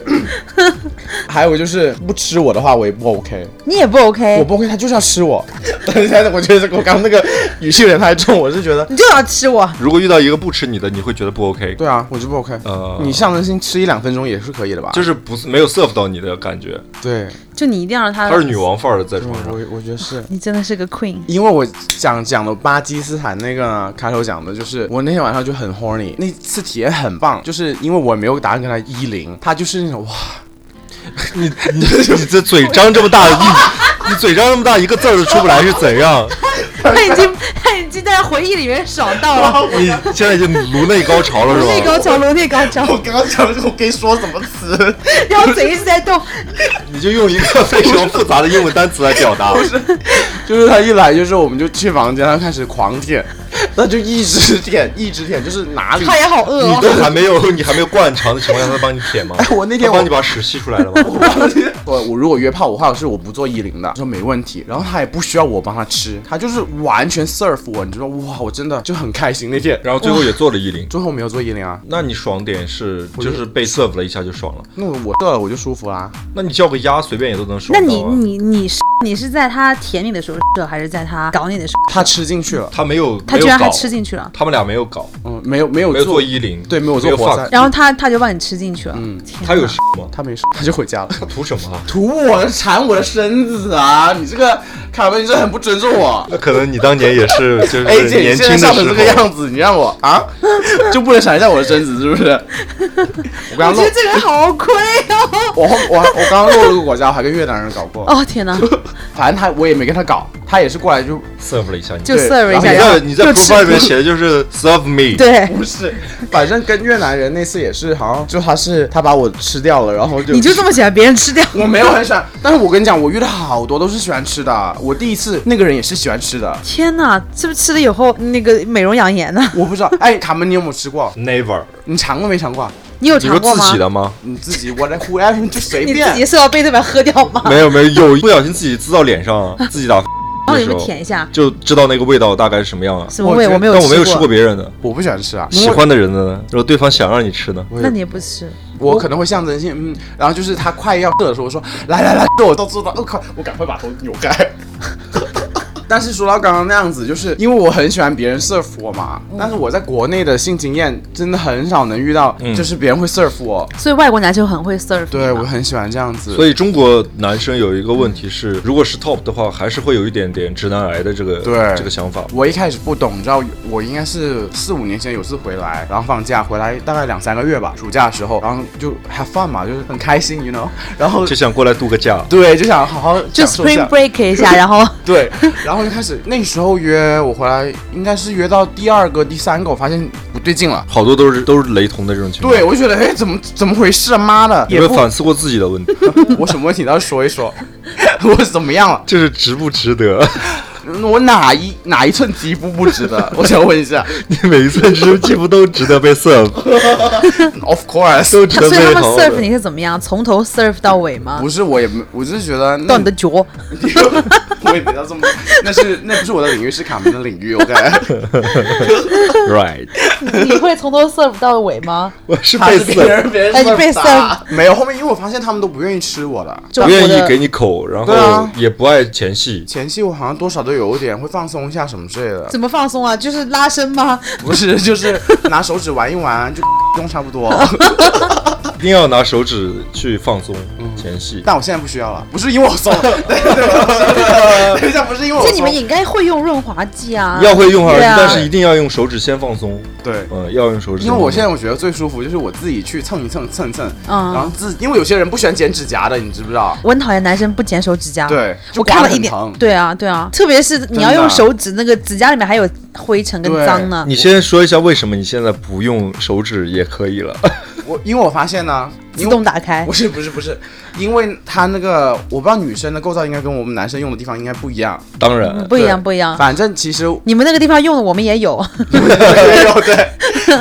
[SPEAKER 1] 还有就是不吃我的话，我也不 OK，
[SPEAKER 2] 你也不
[SPEAKER 1] 我
[SPEAKER 2] OK，
[SPEAKER 1] 不 OK，他就是要吃我。 <laughs> 等一下，我觉得我刚刚那个语气有点太重，我是觉得，
[SPEAKER 2] 你就要吃我。
[SPEAKER 3] 如果遇到一个不吃你的，你会觉得不 OK，
[SPEAKER 1] 对啊，我就不 OK。
[SPEAKER 3] 呃
[SPEAKER 1] 你象征性吃一两分钟也是可以的吧？
[SPEAKER 3] 就是不是没有 serve 到你的感觉。
[SPEAKER 2] 嗯
[SPEAKER 1] 对，
[SPEAKER 2] 就你一定要让他。
[SPEAKER 3] 她是女王范儿的在床上，
[SPEAKER 1] 我我觉得是。
[SPEAKER 2] 你真的是个 queen。
[SPEAKER 1] 因为我讲讲的巴基斯坦那个呢开头讲的就是我那天晚上就很 horny，那次体验很棒，就是因为我没有打算跟他一零，他就是那种哇，
[SPEAKER 3] 你你 <laughs> 你这嘴张这么大， <laughs> 你你嘴张那么大，一个字儿都出不来是怎
[SPEAKER 1] <laughs>
[SPEAKER 3] 样？
[SPEAKER 2] 他已经他已经在回忆里面爽到了，
[SPEAKER 3] 你现在已经颅内高潮了
[SPEAKER 2] 颅内
[SPEAKER 3] 是
[SPEAKER 2] 高
[SPEAKER 3] 吧？
[SPEAKER 2] 潮，颅内高潮，
[SPEAKER 1] 刚刚讲的时候可以说什么词？
[SPEAKER 2] 然后嘴一直在动。
[SPEAKER 3] 你就用一个非常复杂的英文单词来
[SPEAKER 1] <laughs>
[SPEAKER 3] 表达。
[SPEAKER 1] 就是他一来就是我们就去房间，他开始狂舔， <laughs> 他就一直舔，一直舔，就是哪里。
[SPEAKER 2] 他也好饿
[SPEAKER 3] 你
[SPEAKER 2] 哦。
[SPEAKER 3] 都还没有 <laughs> 你还没有灌肠的情况下，他帮你舔吗？
[SPEAKER 1] 哎我那天
[SPEAKER 3] 他
[SPEAKER 1] 我
[SPEAKER 3] 帮你把屎吸出来了吗？
[SPEAKER 1] <laughs> 我我如果约炮，我话是我不做一零的，他说没问题，然后他也不需要我帮他吃，他就是完全 serve 我，你知道哇，我真的就很开心那天。
[SPEAKER 3] 然后最后也做了一零。
[SPEAKER 1] 最后没有做一零啊，
[SPEAKER 3] 那你爽点是就是被 serve 了一下就爽了，
[SPEAKER 1] 那我射了我就舒服啦、
[SPEAKER 3] 那你叫个鸭随便也都能爽
[SPEAKER 2] 那
[SPEAKER 3] 到啊。
[SPEAKER 2] 你你你是你是在他舔你的时候射，还是在他搞你的时候？
[SPEAKER 1] 他吃进去了，
[SPEAKER 3] 他没有，
[SPEAKER 2] 他
[SPEAKER 3] 没有
[SPEAKER 2] 居然
[SPEAKER 3] 搞
[SPEAKER 2] 还吃进去了，
[SPEAKER 3] 他们俩没有搞，
[SPEAKER 1] 嗯，没有没有
[SPEAKER 3] 没有做一零，
[SPEAKER 1] 对没有做活塞
[SPEAKER 3] fuck
[SPEAKER 2] 然后他他就把你吃进去了。嗯，
[SPEAKER 3] 他
[SPEAKER 1] <laughs>
[SPEAKER 3] 有什么？
[SPEAKER 1] 他没事，他就回家了。
[SPEAKER 3] 他图什么啊？
[SPEAKER 1] 图我缠我的身子啊！你这个卡门，你这很不尊重我。
[SPEAKER 3] <laughs> 那可能你当年也是，就是
[SPEAKER 1] A 姐，你
[SPEAKER 3] 年
[SPEAKER 1] 现
[SPEAKER 3] 轻
[SPEAKER 1] 在
[SPEAKER 3] 的时
[SPEAKER 1] 笑成哎这个
[SPEAKER 3] 候，
[SPEAKER 1] 样子，你让我啊，就不能想一下我的身子是不是？我刚刚漏
[SPEAKER 2] 我觉得，这个人好亏哦。
[SPEAKER 1] 我后我我刚刚漏了个国家，我还跟越南人搞过，
[SPEAKER 2] 哦天
[SPEAKER 3] <laughs>
[SPEAKER 2] 哪，
[SPEAKER 1] 反正他我也没跟他搞，他也是过来就
[SPEAKER 3] <laughs> serve 了一下你。
[SPEAKER 2] 就
[SPEAKER 1] 对
[SPEAKER 2] serve 一
[SPEAKER 1] 然后
[SPEAKER 2] 下，
[SPEAKER 1] 你
[SPEAKER 2] 然后
[SPEAKER 3] 你在你在
[SPEAKER 2] 就吃
[SPEAKER 3] profile 里面写的就是
[SPEAKER 2] <laughs>
[SPEAKER 3] serve me，
[SPEAKER 2] 对，
[SPEAKER 3] <laughs>
[SPEAKER 1] 不是，反正跟越南人那次也是，好像就他是他把我吃掉了，然后就
[SPEAKER 2] 你就这么喜欢别人吃掉？
[SPEAKER 1] 我没有很喜欢，但是我跟你讲，我遇到好多都是喜欢吃的。我第一次那个人也是喜欢吃的，
[SPEAKER 2] 天哪，是不是吃了以后那个美容养颜呢？ <laughs>
[SPEAKER 1] 我不知道。哎，卡门，你有没有吃过？
[SPEAKER 3] ，never，
[SPEAKER 1] 你尝过没尝过？
[SPEAKER 2] 你有
[SPEAKER 3] 你
[SPEAKER 2] 尝
[SPEAKER 3] 说
[SPEAKER 2] 过
[SPEAKER 3] 自
[SPEAKER 2] 吗
[SPEAKER 3] 己？的吗？
[SPEAKER 1] 你自己我来 whoever 就随
[SPEAKER 2] 你自己
[SPEAKER 1] 便。
[SPEAKER 2] 是要被对方喝掉吗？ <laughs>
[SPEAKER 3] 没有没有，有不小心自己滋到脸上，自己打
[SPEAKER 2] 然后
[SPEAKER 3] 的
[SPEAKER 2] 你
[SPEAKER 3] 时
[SPEAKER 2] 们
[SPEAKER 3] 候
[SPEAKER 2] 舔一下，
[SPEAKER 3] 就知道那个味道大概是什么样了。
[SPEAKER 2] 什么
[SPEAKER 1] 我
[SPEAKER 2] 味？
[SPEAKER 1] 觉得
[SPEAKER 2] 我没有，
[SPEAKER 3] 但我没有吃过。别人的，
[SPEAKER 1] 我不喜欢吃啊，
[SPEAKER 3] 喜欢的人的呢？如果对方想让你吃呢？
[SPEAKER 1] 我也
[SPEAKER 2] 那你也不吃？
[SPEAKER 1] 我可能会象征性嗯，然后就是他快要射的时候，我说来来来， <laughs> 这我都做到，我、靠，我赶快把头扭开。 <laughs> 但是说到刚刚那样子，就是因为我很喜欢别人 serve 我嘛，
[SPEAKER 2] 嗯
[SPEAKER 1] 但是我在国内的性经验真的很少能遇到，
[SPEAKER 3] 嗯
[SPEAKER 1] 就是别人会 serve 我。
[SPEAKER 2] 所以外国男生很会 serve
[SPEAKER 1] 对，
[SPEAKER 2] 你
[SPEAKER 1] 我
[SPEAKER 2] 嘛
[SPEAKER 1] 很喜欢这样子。
[SPEAKER 3] 所以中国男生有一个问题是，如果是 top 的话，还是会有一点点直男癌的这个
[SPEAKER 1] 对
[SPEAKER 3] 这个想法。
[SPEAKER 1] 我一开始不懂，你知道，我应该是四五年前有次回来，然后放假回来大概两三个月吧，暑假的时候，然后就 have fun 嘛，就是很开心，you know，然后
[SPEAKER 3] 就想过来度个假，
[SPEAKER 1] 对，就想好好
[SPEAKER 2] 就
[SPEAKER 1] 享受一
[SPEAKER 2] spring
[SPEAKER 1] 下。
[SPEAKER 2] break 一下，
[SPEAKER 3] <laughs>
[SPEAKER 2] 然后
[SPEAKER 1] 对，然后就开始那时候约我回来，应该是约到第二个、第三个，我发现不对劲了。
[SPEAKER 3] 好多都是都是雷同的这种情况。
[SPEAKER 1] 对，，我就觉得，哎，怎么怎么回事啊？妈的，也
[SPEAKER 3] 有没
[SPEAKER 1] 不
[SPEAKER 3] 有，反思过自己的问题？ <laughs>
[SPEAKER 1] 我什么问题都要说一说，我怎么样了？
[SPEAKER 3] 就是值不值得？ <laughs>
[SPEAKER 1] 我哪一哪一寸肌肤不值得？我想问一下。
[SPEAKER 3] 你每一次吃几乎都值得被
[SPEAKER 1] <laughs>
[SPEAKER 3] serve，
[SPEAKER 1] Of course，
[SPEAKER 3] 都值
[SPEAKER 2] 所
[SPEAKER 3] 得
[SPEAKER 2] 以
[SPEAKER 3] 被
[SPEAKER 2] 他们
[SPEAKER 3] 好好
[SPEAKER 2] serve
[SPEAKER 3] 的
[SPEAKER 2] 你是怎么样？从头 serve 到尾吗？
[SPEAKER 1] 不是，我也没，我就是觉得那
[SPEAKER 2] 到你的
[SPEAKER 3] <laughs>
[SPEAKER 1] <laughs>
[SPEAKER 2] 脚，
[SPEAKER 1] 我也不要这么，那是那不是我的领域，是卡门的领域。OK，
[SPEAKER 3] right。
[SPEAKER 2] 你会从头 serve 到尾吗？
[SPEAKER 3] 我是
[SPEAKER 1] 他
[SPEAKER 3] 被
[SPEAKER 1] 是别
[SPEAKER 3] serve，
[SPEAKER 1] 人，别人
[SPEAKER 2] 哎你被
[SPEAKER 1] 是打没有后面，因为我发现他们都不愿意吃我的。
[SPEAKER 2] 就
[SPEAKER 3] 不
[SPEAKER 2] 我
[SPEAKER 3] 愿意
[SPEAKER 2] 的
[SPEAKER 3] 给你口，然
[SPEAKER 1] 对
[SPEAKER 3] 后
[SPEAKER 1] 啊
[SPEAKER 3] 也不爱前戏。
[SPEAKER 1] 前期我好像多少都有一点会放松一下什么之类的，
[SPEAKER 2] 怎么放松啊？就是拉伸吗？
[SPEAKER 1] <laughs> 不是就是拿手指玩一玩
[SPEAKER 2] <laughs>
[SPEAKER 1] 就用差不多。
[SPEAKER 3] 一定要拿手指去放松前戏。
[SPEAKER 1] 但我现在不需要了，不是因为我
[SPEAKER 2] <laughs>
[SPEAKER 1] 松，对对对，等一下不是因为我
[SPEAKER 2] 这你们
[SPEAKER 1] 松，
[SPEAKER 2] 也应该会用润滑剂啊。
[SPEAKER 3] 要会用耳机，
[SPEAKER 2] 对啊
[SPEAKER 3] 但是一定要用手指先放松。
[SPEAKER 1] 对。
[SPEAKER 3] 嗯，要用手指先放松。
[SPEAKER 1] 因为我现在我觉得最舒服就是我自己去蹭一蹭蹭一蹭，
[SPEAKER 2] 嗯
[SPEAKER 1] 然后自因为有些人不喜欢剪指甲的，你知不知道？
[SPEAKER 2] 我很讨厌男生不剪手指甲。
[SPEAKER 1] 对就
[SPEAKER 2] 嗯我看了
[SPEAKER 1] 刮得
[SPEAKER 2] 一
[SPEAKER 1] 很
[SPEAKER 2] 点
[SPEAKER 1] 疼。
[SPEAKER 2] 对啊，对啊，特别是你
[SPEAKER 1] 真
[SPEAKER 2] 要
[SPEAKER 1] 的
[SPEAKER 2] 用手指，那个指甲里面还有灰尘跟
[SPEAKER 1] 对
[SPEAKER 2] 脏呢。
[SPEAKER 3] 你先说一下为什么你现在不用手指也可以了。 <laughs>
[SPEAKER 1] 我因为我发现呢，因
[SPEAKER 2] 自
[SPEAKER 1] 为
[SPEAKER 2] 动打开
[SPEAKER 1] 不。是不是不是，因为它那个我不知道女生的构造应该跟我们男生用的地方应该不一样。
[SPEAKER 3] 当然，
[SPEAKER 2] 嗯不一样，
[SPEAKER 1] 对
[SPEAKER 2] 不一样。
[SPEAKER 1] 反正其实
[SPEAKER 2] 你们那个地方用的，我们也有。 <laughs>
[SPEAKER 1] 没有对，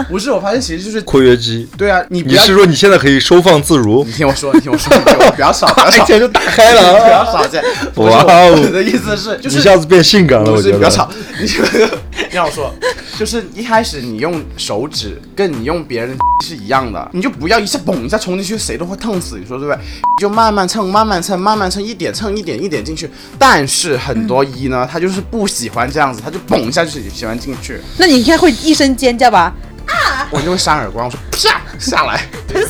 [SPEAKER 1] 不是我发现其实就是
[SPEAKER 3] 括约肌，
[SPEAKER 1] 对啊，你不
[SPEAKER 3] 你
[SPEAKER 1] 要
[SPEAKER 3] 是说你现在可以收放自如
[SPEAKER 1] <laughs> 你？听我说，你听我说，你听我不要吵，不要
[SPEAKER 3] 哎，
[SPEAKER 1] 吵，
[SPEAKER 3] 这就打开了
[SPEAKER 1] 不
[SPEAKER 3] 啊。
[SPEAKER 1] 要
[SPEAKER 3] <laughs>
[SPEAKER 1] 吵架。不是
[SPEAKER 3] 哇哦
[SPEAKER 1] 我的意思是就
[SPEAKER 3] 一
[SPEAKER 1] 是
[SPEAKER 3] 下。子变性感了，
[SPEAKER 1] 不
[SPEAKER 3] 我
[SPEAKER 1] 是，
[SPEAKER 3] 觉
[SPEAKER 1] 不要
[SPEAKER 3] 得。
[SPEAKER 1] 吵。你你让我说，就是一开始你用手指跟你用别人的是一样的，你就不要一下嘣一下冲进去，谁都会烫死，你说对不对？就慢慢蹭，慢慢蹭，慢慢蹭，一点蹭一点一点进去。但是很多一呢，他就是不喜欢这样子，他就嘣一下就喜欢进去，
[SPEAKER 2] 那你应该会一声尖叫吧？
[SPEAKER 1] 我就会扇耳光，我说啪下来，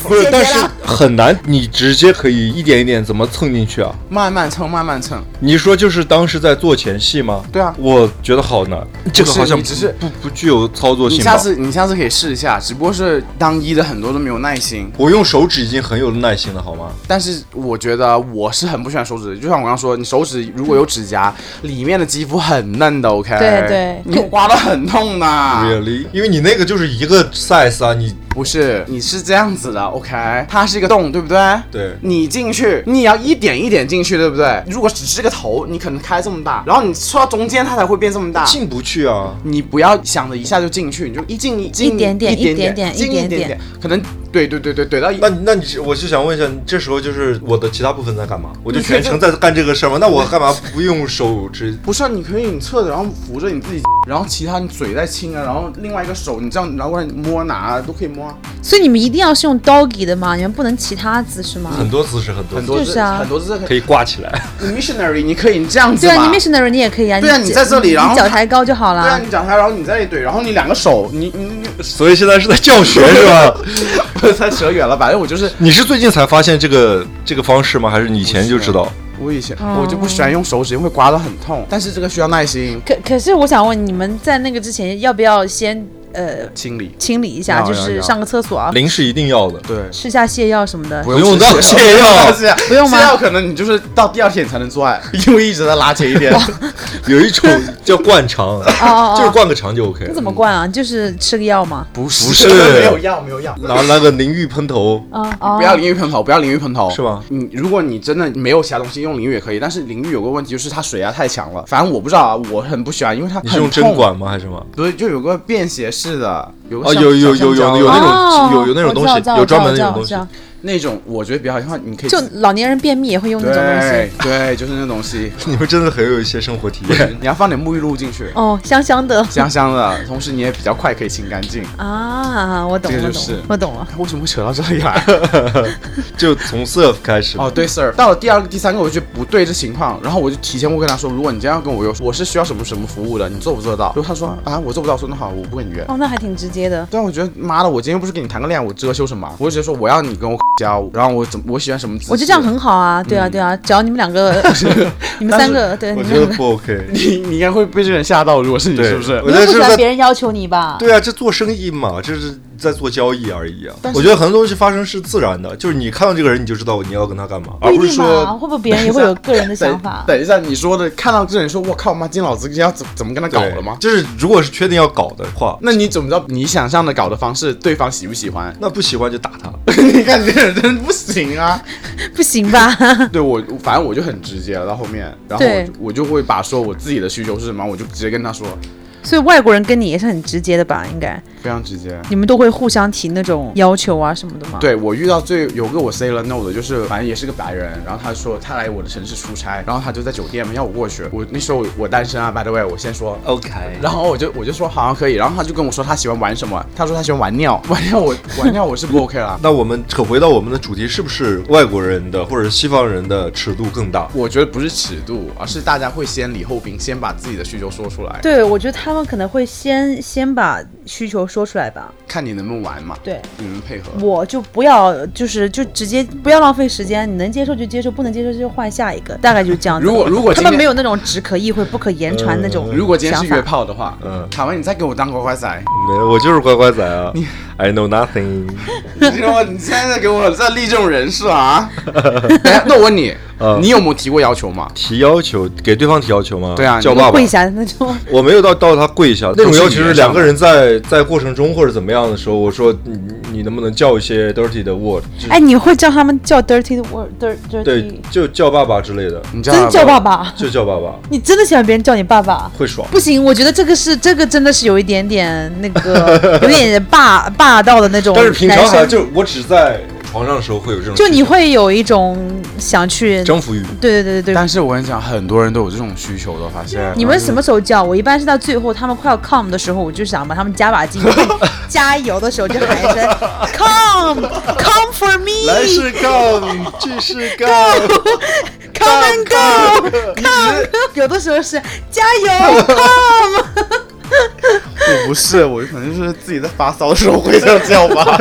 [SPEAKER 3] 不是
[SPEAKER 2] 姐，姐
[SPEAKER 3] 但是
[SPEAKER 2] 啦
[SPEAKER 3] 很难，你直接可以一点一点怎么蹭进去啊？
[SPEAKER 1] 慢慢蹭，慢慢蹭。
[SPEAKER 3] 你说就是当时在做前戏吗？
[SPEAKER 1] 对啊
[SPEAKER 3] 我觉得好难，这个
[SPEAKER 1] 不是
[SPEAKER 3] 好像
[SPEAKER 1] 你只是
[SPEAKER 3] 不不具有操作
[SPEAKER 1] 你
[SPEAKER 3] 性
[SPEAKER 1] 下
[SPEAKER 3] 吧？
[SPEAKER 1] 次你下次可以试一下，只不过是当一的很多都没有耐心，
[SPEAKER 3] 我用手指已经很有耐心了，好吗？
[SPEAKER 1] 但是我觉得我是很不喜欢手指的，就像我刚刚说，你手指如果有指甲，里面的肌肤很嫩的，OK，
[SPEAKER 2] 对对
[SPEAKER 1] 你刮的很痛
[SPEAKER 3] 啊
[SPEAKER 1] 的，
[SPEAKER 3] Really？因为你那个就是一个 size 啊，你
[SPEAKER 1] 不是，你是这样子的，OK，它是一个洞，对不对？
[SPEAKER 3] 对
[SPEAKER 1] 你进去，你也要一点一点进去，对不对？如果只是个头，你可能开这么大，然后你戳到中间，它才会变这么大。
[SPEAKER 3] 进不去啊。
[SPEAKER 1] 你不要想着一下就进去，你就一进一进
[SPEAKER 2] 一点点
[SPEAKER 1] 一点
[SPEAKER 2] 一点点
[SPEAKER 1] 进
[SPEAKER 2] 一
[SPEAKER 1] 一
[SPEAKER 2] 点点
[SPEAKER 1] 点，可能对对对对对到一
[SPEAKER 3] 那你那你是我就想问一下，你这时候就是我的其他部分在干嘛？ <laughs> 我就全程在干这个事儿吗？那我干嘛不用手指？
[SPEAKER 1] 不是、啊，你可以你侧着，然后扶着你自己，然后其他你嘴在亲啊，然后另外一个手你这样，然后你摸哪啊都可以摸啊，
[SPEAKER 2] 所以你们一定要是用 doggy 的吗？你们不能其他姿势吗？
[SPEAKER 1] 嗯
[SPEAKER 3] 很多姿势，很多 <laughs>
[SPEAKER 1] 很多
[SPEAKER 2] 就是啊
[SPEAKER 1] 很多是
[SPEAKER 3] 可以挂起来。
[SPEAKER 1] 你 missionary，你可以你这样子
[SPEAKER 2] 对
[SPEAKER 1] 嘛，
[SPEAKER 2] 啊，你 missionary 你也可以啊。
[SPEAKER 1] 对啊
[SPEAKER 2] 你
[SPEAKER 1] 你在这里然后
[SPEAKER 2] 你脚抬高就好
[SPEAKER 1] 对啊，
[SPEAKER 2] 啦。
[SPEAKER 1] 你脚抬，然后你再怼，然后你两个手，你你
[SPEAKER 3] <laughs>
[SPEAKER 1] 你，
[SPEAKER 3] <laughs> 所以现在是在教学是 <laughs> 吧？
[SPEAKER 1] 我才扯远了，反正我就是
[SPEAKER 3] 你是最近才发现这个这个方式吗？还是你以前就知道？
[SPEAKER 1] 我以前
[SPEAKER 2] 哦
[SPEAKER 1] 我就不喜欢用手指，因为会刮到很痛，但是这个需要耐心
[SPEAKER 2] 可可是我想问，你们在那个之前要不要先呃
[SPEAKER 1] 清理。
[SPEAKER 2] 清理一下，
[SPEAKER 1] 要
[SPEAKER 2] 就
[SPEAKER 1] 要
[SPEAKER 2] 是
[SPEAKER 1] 要
[SPEAKER 2] 上个厕所啊，
[SPEAKER 3] 零是一定要的，
[SPEAKER 1] 对，
[SPEAKER 2] 吃下泻药什么的？
[SPEAKER 3] 不用到
[SPEAKER 1] 吃
[SPEAKER 3] 泻药
[SPEAKER 1] 是啊
[SPEAKER 2] 不用吗
[SPEAKER 1] 泻药可能你就是到第二天你才能做爱，因为一直在拉前一天。
[SPEAKER 3] 有一种叫灌肠，啊 <laughs>
[SPEAKER 2] 哦哦
[SPEAKER 3] 就是灌个肠就 OK
[SPEAKER 2] 那
[SPEAKER 3] 了。
[SPEAKER 2] 怎么灌啊？就是吃个药吗？
[SPEAKER 1] 不
[SPEAKER 3] 不是
[SPEAKER 1] 没有药，没有药。
[SPEAKER 3] 拿拿个淋浴喷头，
[SPEAKER 2] 啊啊
[SPEAKER 1] 不要淋浴喷头，不要淋浴喷头，
[SPEAKER 3] 是吗
[SPEAKER 1] 你如果你真的没有其他东西，用淋浴也可以，但是淋浴有个问题就是它水压太强了。反正我不知道啊，我很不喜欢，因为它
[SPEAKER 3] 你是用
[SPEAKER 1] 很痛
[SPEAKER 3] 针，管吗？还是什么？ <laughs>
[SPEAKER 1] 对，就有个便携式的，有个
[SPEAKER 3] 哦，
[SPEAKER 1] 橡
[SPEAKER 3] 有有
[SPEAKER 1] 小
[SPEAKER 3] 有有
[SPEAKER 1] 橡胶
[SPEAKER 3] 有
[SPEAKER 1] 的
[SPEAKER 3] 那种
[SPEAKER 2] 哦
[SPEAKER 3] 有有那种东西
[SPEAKER 2] 我知道
[SPEAKER 3] 有专门那种
[SPEAKER 2] 我知道
[SPEAKER 3] 东
[SPEAKER 1] 那种，我觉得比较好用，你可以
[SPEAKER 2] 就老年人便秘也会用那
[SPEAKER 1] 对
[SPEAKER 2] 种东西。
[SPEAKER 1] 对，就是那东西，
[SPEAKER 3] 你们真的很有一些生活体 <laughs> 验。
[SPEAKER 1] 你要放点沐浴露进去，
[SPEAKER 2] 哦，香香的
[SPEAKER 1] 香香的，同时你也比较快可以清干净。
[SPEAKER 2] 啊，我懂，
[SPEAKER 1] 这个
[SPEAKER 2] 我
[SPEAKER 1] 就
[SPEAKER 2] 懂
[SPEAKER 1] 是
[SPEAKER 2] 了，我懂了。
[SPEAKER 1] 为什么会扯到这里来？
[SPEAKER 3] 就从 surf 开始
[SPEAKER 1] 哦，，对，sir。到了第二个、第三个，我就觉得不对这情况，然后我就提前会跟他说，如果你今天要跟我约，我是需要什么什么服务的，你做不做得到？如果他说啊，我做不到，我说那好，我不跟你约。
[SPEAKER 2] 哦，那还挺直接的。
[SPEAKER 1] 但我觉得妈的，我今天又不是跟你谈个恋爱，我遮羞什么啊？我就直接说我要你跟我交，然后我怎么我喜欢什么姿势？
[SPEAKER 2] 我觉得这样很好啊，对啊，对啊，只要你们两个， <laughs> 你们三个，
[SPEAKER 1] 嗯
[SPEAKER 2] 对，你
[SPEAKER 3] 嗯我
[SPEAKER 2] 们
[SPEAKER 3] 觉得
[SPEAKER 2] 两个，
[SPEAKER 1] <laughs>
[SPEAKER 3] 不 OK，
[SPEAKER 1] <laughs> 你你应该会被这个人吓到，如果是你
[SPEAKER 3] 对
[SPEAKER 1] 是不是？
[SPEAKER 3] 我觉得
[SPEAKER 2] 你又不
[SPEAKER 3] 是
[SPEAKER 2] 喜欢
[SPEAKER 3] 在
[SPEAKER 2] 别人要求你吧？
[SPEAKER 3] 对啊，这做生意嘛，这是在做交易而已啊
[SPEAKER 1] 但。是
[SPEAKER 3] 我觉得很多东西发生是自然的，就是你看到这个人，你就知道你要跟他干
[SPEAKER 1] 哦
[SPEAKER 3] 嘛，
[SPEAKER 2] 不
[SPEAKER 3] 而
[SPEAKER 2] 一
[SPEAKER 3] 不是
[SPEAKER 2] 定嘛，
[SPEAKER 3] 说
[SPEAKER 2] 会不会别人也会有个人的想法？
[SPEAKER 1] 等一下，你说的看到这人说，我靠妈，今天老子要怎怎么跟他搞
[SPEAKER 3] 对
[SPEAKER 1] 了吗？
[SPEAKER 3] 就是如果是确定要搞的话，？
[SPEAKER 1] 那你怎么知道你想象的搞的方式对方喜不喜欢 <laughs>
[SPEAKER 3] 那不喜欢就打他。
[SPEAKER 1] 你看这个人真不行啊！
[SPEAKER 2] 不行吧？ <laughs>
[SPEAKER 1] 对我，反正我就很直接了，到后面，然后我
[SPEAKER 2] 对
[SPEAKER 1] 就我就会把说我自己的需求是什么，我就直接跟他说，
[SPEAKER 2] 所以外国人跟你也是很直接的吧？应该
[SPEAKER 1] 非常直接。
[SPEAKER 2] 你们都会互相提那种要求啊什么的吗？
[SPEAKER 1] 对我遇到最有个我 say 了 no 的，就是反正也是个白人，然后他说他来我的城市出差，然后他就在酒店嘛，要我过去。我那时候我单身啊，by the way，我先说。 <laughs>
[SPEAKER 3] OK，
[SPEAKER 1] 然后我就我就说好像可以，然后他就跟我说他喜欢玩什么，他说他喜欢玩尿，玩尿我玩尿我是不 OK 啦，
[SPEAKER 3] <laughs> 那我们扯回到我们的主题，是不是外国人的或者西方人的尺度更大？
[SPEAKER 1] <laughs> 我觉得不是尺度，而是大家会先礼后兵，先把自己的需求说出来，
[SPEAKER 2] 对，我觉得他们可能会先先把需求说出来吧。
[SPEAKER 1] 看你能不能玩嘛，
[SPEAKER 2] 对，
[SPEAKER 1] 你能配合。
[SPEAKER 2] 我就不要，就是就直接不要浪费时间，你能接受就接受，不能接受就换下一个，大概就这样子。
[SPEAKER 1] 如果如果
[SPEAKER 2] 他
[SPEAKER 1] 今
[SPEAKER 2] 们
[SPEAKER 1] 天
[SPEAKER 2] 没有那种只可意会不可言传那种、
[SPEAKER 3] 呃
[SPEAKER 1] 嗯如果今天是约
[SPEAKER 2] 想法，
[SPEAKER 1] 炮的话，
[SPEAKER 3] 嗯
[SPEAKER 1] 卡文，你再给我当乖乖仔，
[SPEAKER 3] 没有，我就是乖乖仔啊，I know nothing。
[SPEAKER 1] <laughs> 你说你现在给我在立这种人设 <laughs> 啊？等一下那我问你，
[SPEAKER 3] 嗯
[SPEAKER 1] 你有没有提过要求吗？
[SPEAKER 3] 提要求给对方提要求吗？
[SPEAKER 1] 对啊
[SPEAKER 3] 叫
[SPEAKER 1] 你
[SPEAKER 3] 爸爸
[SPEAKER 2] 跪。下的那种。
[SPEAKER 3] 我没有到到他跪下，那种要求
[SPEAKER 1] 都是
[SPEAKER 3] 是
[SPEAKER 1] 你
[SPEAKER 3] 两个人在在过程中或者怎么样的时候，我说你你能不能叫一些 dirty 的 word，就是
[SPEAKER 2] 哎，你会叫他们叫 dirty word dirty？
[SPEAKER 3] 对，就叫爸爸之类的，
[SPEAKER 1] 你知
[SPEAKER 2] 真
[SPEAKER 1] 道
[SPEAKER 2] 的叫爸
[SPEAKER 1] 爸？
[SPEAKER 2] 爸？
[SPEAKER 3] 就叫爸爸
[SPEAKER 2] 你真的喜欢别人叫你爸爸？
[SPEAKER 3] 会爽。
[SPEAKER 2] 不行，我觉得这个是这个真的是有一点点那
[SPEAKER 1] <laughs>
[SPEAKER 2] 个有点霸霸道的那种
[SPEAKER 3] 但
[SPEAKER 2] 男
[SPEAKER 3] 是
[SPEAKER 2] 生。
[SPEAKER 3] 平常还就我只在床上的时候会有这种需求，
[SPEAKER 2] 就你会有一种想去，对
[SPEAKER 3] 征服欲，
[SPEAKER 2] 对对对对。
[SPEAKER 1] 但是我跟你讲，很多人都有这种需求的，发 <laughs> 现
[SPEAKER 2] 你们什么时候叫我？一般是到最后他们快要 come 的时候，我就想把他们加把
[SPEAKER 3] <laughs>
[SPEAKER 2] 劲，加油的时候就喊一声 come come for
[SPEAKER 3] 来
[SPEAKER 2] me
[SPEAKER 3] 是 come，去是 come，
[SPEAKER 2] come and go come，有的时候是加油 <laughs> come。
[SPEAKER 1] 我不是，我可能就是自己在发骚的时候会这样叫吧。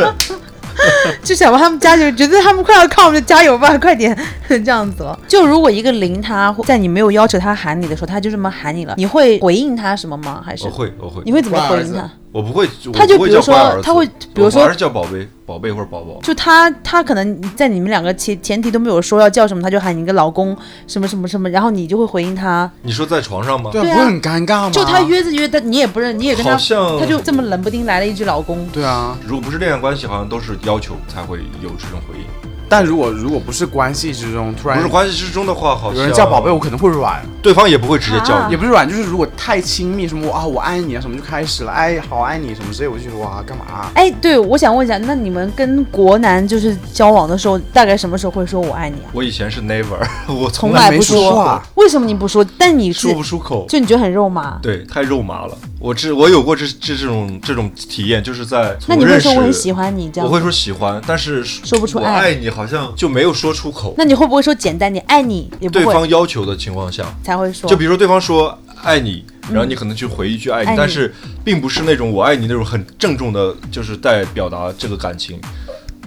[SPEAKER 2] 就想把他们加油，觉得他们快要靠我们，就加油吧，快点，这样子了。就如果一个零他在你没有要求他喊你的时候，他就这么喊你了，你会回应他什么吗？还是
[SPEAKER 3] <laughs> 我会我会
[SPEAKER 2] 你，会怎么回应
[SPEAKER 1] 乖儿
[SPEAKER 2] 他
[SPEAKER 1] 子？
[SPEAKER 3] 我不会，
[SPEAKER 2] 他
[SPEAKER 3] 我
[SPEAKER 2] 就
[SPEAKER 3] 不会
[SPEAKER 2] 比如
[SPEAKER 3] 叫乖
[SPEAKER 2] 说
[SPEAKER 3] 儿子
[SPEAKER 2] 他会比如
[SPEAKER 3] 我
[SPEAKER 2] 说
[SPEAKER 3] 还是叫宝贝宝贝或者宝宝。
[SPEAKER 2] 就他，他可能在你们两个前前提都没有说要叫什么，他就喊你一个老公什么什么什么，然后你就会回应他。
[SPEAKER 3] 你说在床上吗？
[SPEAKER 1] <laughs> 对啊，
[SPEAKER 2] 对啊
[SPEAKER 1] 不会很尴尬吗？
[SPEAKER 2] 就他约着约的，你也不认，你也跟他
[SPEAKER 3] 好，像
[SPEAKER 2] 他就这么冷不丁来了一句老公。
[SPEAKER 1] 对啊，
[SPEAKER 3] 如果不是恋爱关系，好像都是要求才会有这种回应。
[SPEAKER 1] 但如果如果不是关系之中，突然
[SPEAKER 3] 不是关系之中的话，好像
[SPEAKER 1] 有人叫宝贝，我可能会软，
[SPEAKER 3] 对方也不会直接叫
[SPEAKER 2] 啊
[SPEAKER 3] 你。
[SPEAKER 1] 也不是软，就是如果太亲密，什么我啊我爱你啊什么就开始了，哎好爱你什么之类，我就觉得哇干嘛啊、
[SPEAKER 2] 哎，对，我想问一下，那你们跟国男就是交往的时候，大概什么时候会说我爱你啊？
[SPEAKER 3] 我以前是 never，我 <laughs>
[SPEAKER 2] 从
[SPEAKER 3] 从
[SPEAKER 2] 来
[SPEAKER 3] 来
[SPEAKER 2] 不
[SPEAKER 1] 没说话
[SPEAKER 2] 为什么你不说？但你
[SPEAKER 3] 说
[SPEAKER 2] 是
[SPEAKER 3] 不出口。
[SPEAKER 2] 就你觉得很肉麻？
[SPEAKER 3] 对，太肉麻了。我这我有过这这这种这种体验，就是在
[SPEAKER 2] 那
[SPEAKER 3] 从
[SPEAKER 2] 你会
[SPEAKER 3] 认识
[SPEAKER 2] 说我很喜欢你这样？
[SPEAKER 3] 我会。说喜欢，但是说
[SPEAKER 2] 不出
[SPEAKER 3] 我
[SPEAKER 2] 爱
[SPEAKER 3] 爱你，好像就没有说出口。
[SPEAKER 2] 那你会不会说简单点？爱你也不
[SPEAKER 3] 对
[SPEAKER 2] 会
[SPEAKER 3] 方要求的情况下，
[SPEAKER 2] 才会说。
[SPEAKER 3] 就比如说对方说爱你，然后你可能去回一句爱你，
[SPEAKER 2] 嗯爱你
[SPEAKER 3] 但是并不是那种我爱你那种很郑重的，就是在表达这个感情。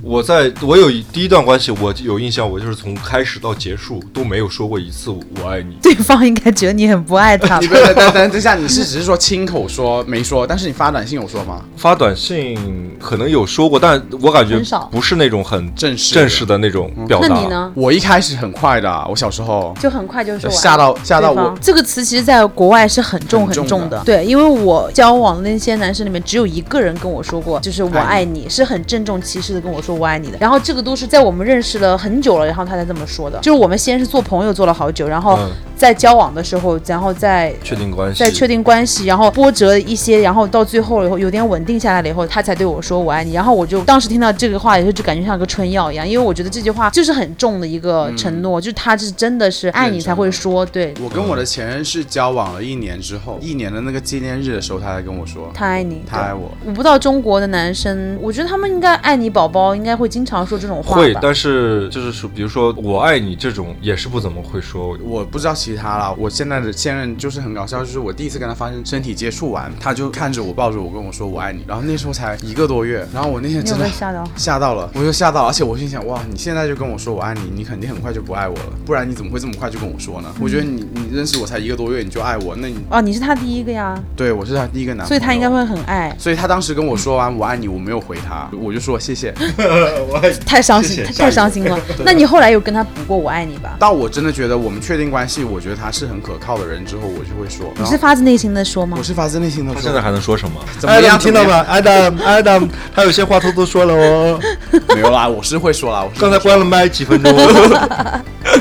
[SPEAKER 3] 我在我有一第一段关系，我有印象，我就是从开始到结束都没有说过一次“我爱你
[SPEAKER 2] 对方应该觉得你很不爱他
[SPEAKER 1] 你
[SPEAKER 2] 吧？
[SPEAKER 1] 不等等等等一下，你是只是说亲口说没说，但是你发短信有说吗？”。
[SPEAKER 3] 发短信可能有说过，但我感觉
[SPEAKER 2] 很少
[SPEAKER 3] 不是那种很
[SPEAKER 1] 正式的
[SPEAKER 3] 正式的那种表
[SPEAKER 2] 那
[SPEAKER 3] 达。
[SPEAKER 2] 你呢？
[SPEAKER 1] 我一开始很快的，啊我小时候
[SPEAKER 2] 就很快就说完了。
[SPEAKER 4] 吓到吓到
[SPEAKER 2] 啊对
[SPEAKER 4] 我
[SPEAKER 2] 方，这个词其实在国外是很重
[SPEAKER 1] 很
[SPEAKER 2] 很
[SPEAKER 1] 重
[SPEAKER 2] 重
[SPEAKER 1] 的
[SPEAKER 2] 的。对，因为我交往的那些男生里面，只有一个人跟我说过，就是我
[SPEAKER 1] 爱
[SPEAKER 2] 爱你，是很郑重其事的跟我说我爱你的。然后这个都是在我们认识了很久了，然后他才这么说的。就是我们先是做朋友做了好久，然后
[SPEAKER 3] 嗯
[SPEAKER 2] 在交往的时候，然后再
[SPEAKER 3] 确定关系？
[SPEAKER 2] 在确定关系，然后波折一些，然后到最后了以后有点稳定下来了以后，他才对我说我爱你。然后我就当时听到这个话也是就感觉像个春药一样，因为我觉得这句话就是很重的一个承诺，就是他是真的是爱你才会说，对
[SPEAKER 1] 我跟我的前任是交往了一年之后，一年的那个纪念日的时候，他才跟我说
[SPEAKER 2] 他爱你。
[SPEAKER 1] 他爱我。
[SPEAKER 2] 我不知道中国的男生，我觉得他们应该爱你宝宝，应该会经常说这种话
[SPEAKER 3] 会，
[SPEAKER 2] 吧。
[SPEAKER 3] 但是就是说，比如说“我爱你”这种也是不怎么会说。
[SPEAKER 1] 我不知道其他啦，我现在的现任就是很搞笑，就是我第一次跟他发生身体接触完，他就看着我抱着我跟我说我爱你，然后那时候才一个多月，然后我那天
[SPEAKER 2] 你有
[SPEAKER 1] 真
[SPEAKER 2] 没
[SPEAKER 1] 的
[SPEAKER 2] 有吓到？
[SPEAKER 1] 吓到了，我就吓到了，而且我心想，哇，你现在就跟我说我爱你，你肯定很快就不爱我了，不然你怎么会这么快就跟我说呢？
[SPEAKER 2] 嗯
[SPEAKER 1] 我觉得你你认识我才一个多月你就爱我，那你
[SPEAKER 2] 哦，你是他第一个呀，
[SPEAKER 1] 对我是他第一个男，
[SPEAKER 2] 所以他应该。会很爱。
[SPEAKER 1] 所以他当时跟我说完我爱你，我没有回他，我就说谢谢。
[SPEAKER 2] 太伤心，太太伤心了。那你后来有跟他补过我爱你吧？
[SPEAKER 1] 到我真的觉得我们确定关系，我觉得他是很可靠的人之后，我就会说。
[SPEAKER 2] 你
[SPEAKER 1] 然
[SPEAKER 2] 是
[SPEAKER 1] 后
[SPEAKER 2] 发自内心的说吗
[SPEAKER 1] 我？是发自内心的
[SPEAKER 3] 他
[SPEAKER 1] 说。
[SPEAKER 3] 现在还能说什么？
[SPEAKER 1] 怎么样？
[SPEAKER 3] 听到
[SPEAKER 1] 怎么 <laughs>
[SPEAKER 3] 吗？Adam，Adam，他有些话偷偷说了哦。
[SPEAKER 1] 样？没有啦，我是会说啦。我是
[SPEAKER 3] 刚才
[SPEAKER 1] 会说
[SPEAKER 3] 关了麦
[SPEAKER 2] <laughs>
[SPEAKER 3] 几分钟。
[SPEAKER 1] <laughs>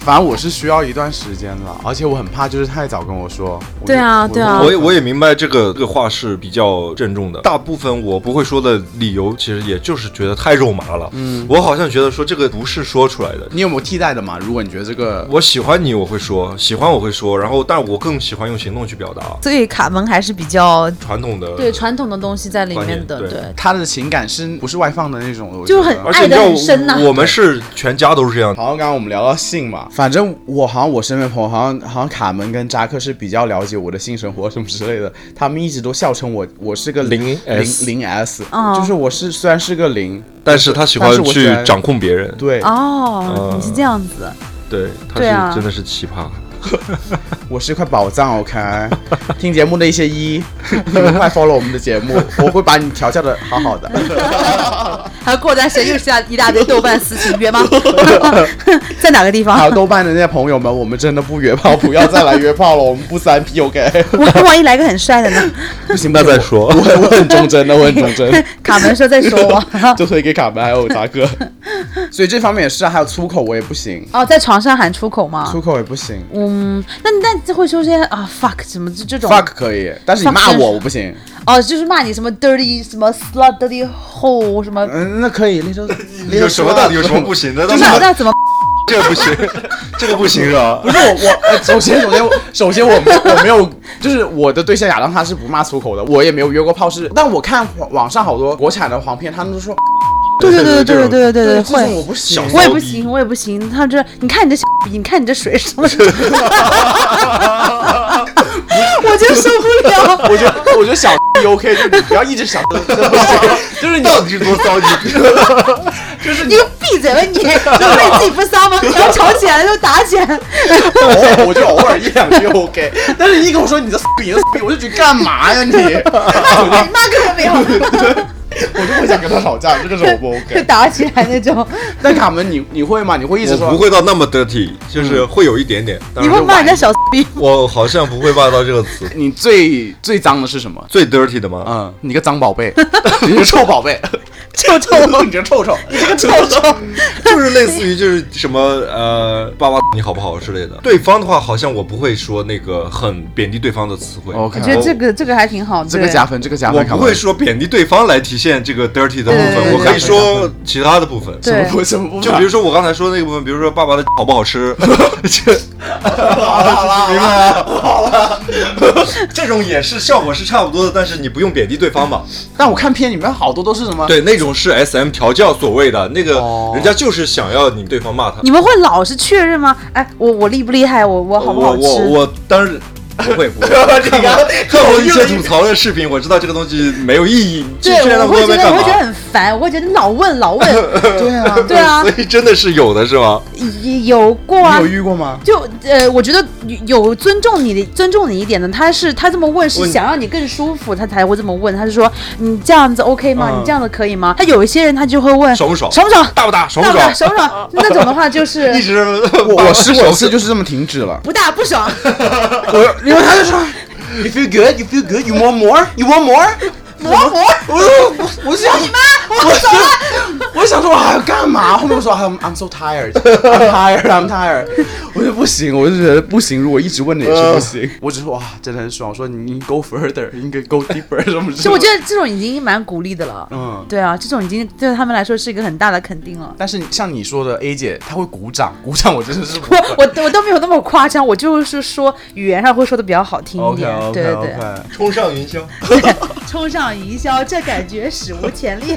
[SPEAKER 1] 反正我是需要一段时间的，而且我很怕就是太早跟我说。我就
[SPEAKER 2] 对啊
[SPEAKER 1] 我
[SPEAKER 2] 对啊
[SPEAKER 3] 我也我也明白这个这个话是比较郑重的，大部分我不会说的理由，其实也就是觉得太肉麻了。嗯，我好像觉得说这个不是说出来的。
[SPEAKER 1] 你有没有替代的嘛？如果你觉得这个
[SPEAKER 3] 我喜欢你，我会说喜欢，我会说，然后但我更喜欢用行动去表达
[SPEAKER 2] 所以卡门还是比较
[SPEAKER 3] 传统的
[SPEAKER 2] 对传统的东西在里
[SPEAKER 3] 呃观
[SPEAKER 2] 面
[SPEAKER 3] 念
[SPEAKER 2] 的，
[SPEAKER 3] 对
[SPEAKER 2] 对。
[SPEAKER 1] 他的情感是不是外放的那种的？我
[SPEAKER 2] 就
[SPEAKER 1] 觉得
[SPEAKER 2] 很
[SPEAKER 3] 而且你知
[SPEAKER 2] 爱得很深
[SPEAKER 3] 道
[SPEAKER 2] 呐
[SPEAKER 3] 我，我们是全家都是这样的。
[SPEAKER 1] 好像刚刚我们聊到性嘛，反正我好像我身边朋友好像好像卡门跟扎克是比较了解我的性生活什么之类的，他们一直都笑称我我是个
[SPEAKER 3] 零 S
[SPEAKER 1] 零零 S，、
[SPEAKER 2] 哦
[SPEAKER 1] 就是我是虽然是个零，
[SPEAKER 3] 但是他喜欢
[SPEAKER 1] 但是我喜
[SPEAKER 3] 去
[SPEAKER 1] 欢
[SPEAKER 3] 掌控别人，
[SPEAKER 1] 对、
[SPEAKER 2] 哦，
[SPEAKER 3] 嗯
[SPEAKER 2] 你是这样子，
[SPEAKER 3] 对，他
[SPEAKER 2] 对啊
[SPEAKER 3] 是真的是奇葩。
[SPEAKER 1] 我是块宝藏，OK，听 <laughs> 节目的一些一， <laughs> 你们快 follow 我们的节目，我会把你调教的好 <laughs> 好的。
[SPEAKER 2] 还有过段时间又下一大堆豆瓣私信约
[SPEAKER 3] <laughs>
[SPEAKER 2] 吗？在哪个地
[SPEAKER 1] 还
[SPEAKER 2] 方
[SPEAKER 1] 有？豆瓣的那些朋友们，我们真的不约炮，不要再来约炮了，我们不三 P OK。
[SPEAKER 2] 万万一来个很帅的
[SPEAKER 3] <laughs>
[SPEAKER 2] 呢？
[SPEAKER 1] 不行，不
[SPEAKER 3] 那
[SPEAKER 1] 行
[SPEAKER 3] 再说
[SPEAKER 1] <laughs> 我我很我很忠贞的，我很忠 <laughs> 贞，
[SPEAKER 2] 卡门说在说
[SPEAKER 3] <laughs>
[SPEAKER 2] 我。
[SPEAKER 1] 就推给卡门还有达 <laughs> 哥，所以这方面也是啊，还有粗口我也不行，
[SPEAKER 2] 哦，在床上喊出口吗
[SPEAKER 1] 粗？口也不行
[SPEAKER 2] 嗯，那那这会说些啊 fuck 什么这这种
[SPEAKER 1] ，fuck 可以，但是你
[SPEAKER 2] fuck
[SPEAKER 1] 骂
[SPEAKER 2] 真是
[SPEAKER 1] 我我不行，
[SPEAKER 2] 哦，就是骂你什么 dirty 什么 slut dirty hole 什么，
[SPEAKER 1] 嗯，那可以，那
[SPEAKER 3] <laughs>
[SPEAKER 1] 就那就
[SPEAKER 3] 有什
[SPEAKER 1] 说
[SPEAKER 3] 么到
[SPEAKER 1] 吧
[SPEAKER 3] 底有什么不行的？
[SPEAKER 2] 那那怎么
[SPEAKER 3] <laughs> 这个不行， <laughs> 这个不行是啊吧？
[SPEAKER 1] 不是我我呃，首先首先我 <laughs> 首先我没我没有，就是我的对象亚当他是不骂粗口的，我也没有约过炮是，但我看网网上好多国产的黄片，他们都说
[SPEAKER 2] 对对对对对对对
[SPEAKER 1] 这
[SPEAKER 2] 对
[SPEAKER 1] 种
[SPEAKER 2] 会
[SPEAKER 1] 我。不行
[SPEAKER 3] 小，
[SPEAKER 2] 我也不行，我也不行。他这，你看你这小逼，你看你这水 <laughs> 什么什么，我就受不了。
[SPEAKER 1] 我觉得我觉得小 OK，就是你不要一直想， <laughs> 就是你
[SPEAKER 3] 到底是多骚你？ <laughs>
[SPEAKER 2] 你给我闭嘴吧你！就为自己不骚吗？然后吵起来了就打起来，
[SPEAKER 1] 偶尔我就偶尔一两句 OK，但是你一跟我说你的 E 你的我就觉得干嘛呀你，
[SPEAKER 2] 骂骂个人没有，
[SPEAKER 1] 我就不想跟他吵架，这个是我不
[SPEAKER 2] 就
[SPEAKER 1] OK。
[SPEAKER 2] 打起来那 <laughs> 种。
[SPEAKER 1] <laughs> 但卡门你你会吗？你会一直
[SPEAKER 3] 我
[SPEAKER 1] 说
[SPEAKER 3] 不会到那么 dirty，就是会有一点点。但
[SPEAKER 2] 你
[SPEAKER 3] 是
[SPEAKER 2] 会骂人家小逼？
[SPEAKER 3] 我好像不会骂到这个词。
[SPEAKER 1] 你最最脏的是什么？
[SPEAKER 3] 最 dirty 的吗？
[SPEAKER 1] 嗯，你个脏宝 <laughs> 贝，你是臭宝贝，
[SPEAKER 2] 臭臭，
[SPEAKER 1] 你这臭臭，你这个臭臭。
[SPEAKER 3] <laughs> 就是类似于就是什么呃，爸爸你好不好之类的。对方的话，好像我不会说那个很贬低对方的词汇。
[SPEAKER 1] OK
[SPEAKER 2] 我
[SPEAKER 1] 我
[SPEAKER 2] 觉得这个这个还挺好
[SPEAKER 1] <laughs>
[SPEAKER 2] 的。
[SPEAKER 1] 这个加分，这个加
[SPEAKER 3] 我
[SPEAKER 1] 分，卡
[SPEAKER 3] 不
[SPEAKER 1] 门
[SPEAKER 3] 会说贬低对方来体现这个 dirty 的部
[SPEAKER 2] 对对
[SPEAKER 3] 分，
[SPEAKER 2] 对
[SPEAKER 3] 我可以说其他的部分。
[SPEAKER 2] 对
[SPEAKER 1] 不会什么不
[SPEAKER 3] 就比如说我刚才说那个部分，比如说爸爸的好不好 <laughs> 吃，这
[SPEAKER 1] 好了好了好了，
[SPEAKER 3] 这种也是效果是差不多的，但是你不用贬低对方嘛。
[SPEAKER 1] 但我看片里面好多都是什么？
[SPEAKER 3] 对，那种是 S M 调教所谓的那个
[SPEAKER 1] 哦，
[SPEAKER 3] 人家就是想要你对方骂他。
[SPEAKER 2] 你们会老是确认吗？哎，我我厉不厉害？我我好不好
[SPEAKER 3] 我我
[SPEAKER 2] 吃？
[SPEAKER 3] 我当然不会不会。
[SPEAKER 5] 你刚刚
[SPEAKER 3] <laughs> 看我一些吐槽的视频，我知道这个东西没有意义，就
[SPEAKER 2] 对
[SPEAKER 3] 这，样
[SPEAKER 2] 我会
[SPEAKER 3] 外
[SPEAKER 2] 觉
[SPEAKER 3] 面
[SPEAKER 2] 得
[SPEAKER 3] 干
[SPEAKER 2] 我会觉得
[SPEAKER 3] 嘛？
[SPEAKER 2] 很烦，我会觉得老问老问，
[SPEAKER 1] <laughs> 对啊，
[SPEAKER 2] 对啊，
[SPEAKER 3] <laughs> 所以真的是有的是吗？
[SPEAKER 2] <laughs> 也有过啊
[SPEAKER 1] 你有，遇过吗？
[SPEAKER 2] 就呃，我觉得有有尊重你的尊重你一点的，他是他这么问是
[SPEAKER 3] 问
[SPEAKER 2] 想让你更舒服，他才会这么问。他是说你这样子 OK 吗？
[SPEAKER 1] 嗯
[SPEAKER 2] 你这样子可以吗？他有一些人他就会问
[SPEAKER 3] 爽不爽
[SPEAKER 2] 爽不爽，
[SPEAKER 3] 大不大？爽
[SPEAKER 2] 大
[SPEAKER 3] 不
[SPEAKER 2] 不
[SPEAKER 3] 爽
[SPEAKER 2] 大？爽不爽？那种的话就
[SPEAKER 3] <laughs> 一
[SPEAKER 2] 是
[SPEAKER 3] 直
[SPEAKER 1] 我我试过一次，
[SPEAKER 3] 就
[SPEAKER 1] 就是这么停止了。
[SPEAKER 2] 不大不爽，
[SPEAKER 1] 我因为他就说，You <laughs> feel good, you feel good, you want more, you want more。
[SPEAKER 2] 磨磨。
[SPEAKER 1] 我我我想你妈，我走了。我想说我还要干嘛？后面我说 I'm I'm so tired, I'm tired, I'm tired。我就不行，我就觉得不行。如果一直问的也是不行。我只是哇，真的很爽。我说你你 go further，应该 go deeper 什么之类的。
[SPEAKER 2] 其实我觉得这种已经蛮鼓励的了。
[SPEAKER 1] 嗯
[SPEAKER 2] 对啊，这种已经对他们来说是一个很大的肯定了。
[SPEAKER 1] 但是像你说的 A 姐，她会鼓掌，鼓掌我真的是不
[SPEAKER 2] 我我我都没有那么夸张，我就是说语言上会说的比较好听一
[SPEAKER 1] OK
[SPEAKER 2] 点。
[SPEAKER 1] OK
[SPEAKER 2] 对对对。 <laughs>
[SPEAKER 1] OK，
[SPEAKER 3] 冲上云霄。
[SPEAKER 2] 冲上云霄，这感觉史无前例，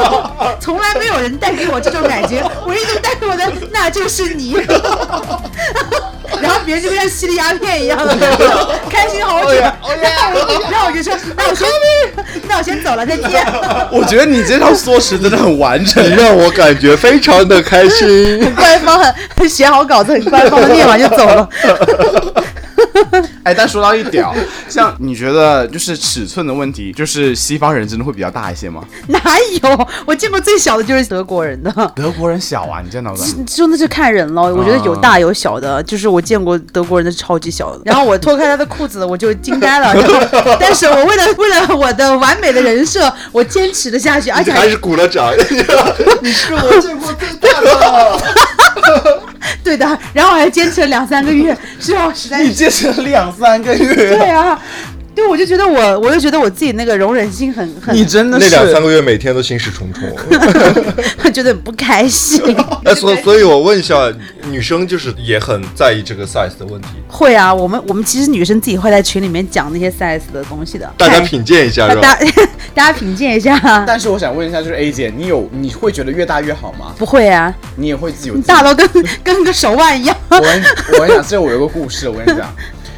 [SPEAKER 2] <laughs> 从来没有人带给我这种感觉，唯一能带给我的那就是你。 <laughs> 然后别人就跟吸了鸦片一样的， <laughs> 开心好久。然后我就说，那我先，那我先走了，再见。
[SPEAKER 1] 我觉得你这套缩时真的很完整。
[SPEAKER 3] 你让我感觉非常的开心。
[SPEAKER 2] 官方 <laughs> 很很写好稿子，很官方的念完就走了。
[SPEAKER 1] <laughs> 哎，但说到一 <laughs> 点哦，像你觉得就是尺寸的问题，就是西方人真的会比较大一些吗？
[SPEAKER 2] <laughs> 哪有？我见过最小的就是德国人的。 <laughs>
[SPEAKER 1] 德国人小啊，你见到的？
[SPEAKER 2] 真的是看人
[SPEAKER 3] 啊
[SPEAKER 2] 了，我觉得有大有小的，就是我见过德国人的超级小的。然后我脱开他的裤子，我就惊呆了。然后， <laughs> 但是我为了为了我的完美的人设，我坚持了下去，而且还
[SPEAKER 3] 还是鼓了
[SPEAKER 2] <laughs>
[SPEAKER 3] 掌，你是我见过最大的。
[SPEAKER 2] 对的，然后还坚持了两三个月，是要实
[SPEAKER 1] <laughs>
[SPEAKER 2] 在
[SPEAKER 1] 你
[SPEAKER 3] <laughs>
[SPEAKER 2] 是
[SPEAKER 1] 健身两三个月，
[SPEAKER 2] <laughs> 对啊，对，我就觉得我我就觉得我自己那个容忍性很
[SPEAKER 3] <laughs>
[SPEAKER 2] 很，
[SPEAKER 1] 真
[SPEAKER 3] 那两三个月每天都心事重
[SPEAKER 2] <laughs>
[SPEAKER 3] 重。
[SPEAKER 2] 觉得很不开
[SPEAKER 3] <laughs>
[SPEAKER 2] 心。
[SPEAKER 3] 哎，所所以，我问一下，女生就是也很在意这个 size 的问题，
[SPEAKER 2] 会啊，我们我们其实女生自己会在群里面讲那些 size 的东西的，
[SPEAKER 3] 大家品鉴一下
[SPEAKER 2] 哎大
[SPEAKER 3] 是吧？
[SPEAKER 2] 大 <laughs> 大家品鉴一下。
[SPEAKER 1] 但是我想问一下，就是 A 姐，你有你会觉得越大越好吗？
[SPEAKER 2] 不会啊，
[SPEAKER 1] 你也会自己有
[SPEAKER 2] 你
[SPEAKER 1] 自己
[SPEAKER 2] <laughs> 大到跟跟个手腕一样。
[SPEAKER 1] <laughs> 我跟我跟你讲，这我有个故事，我跟你讲，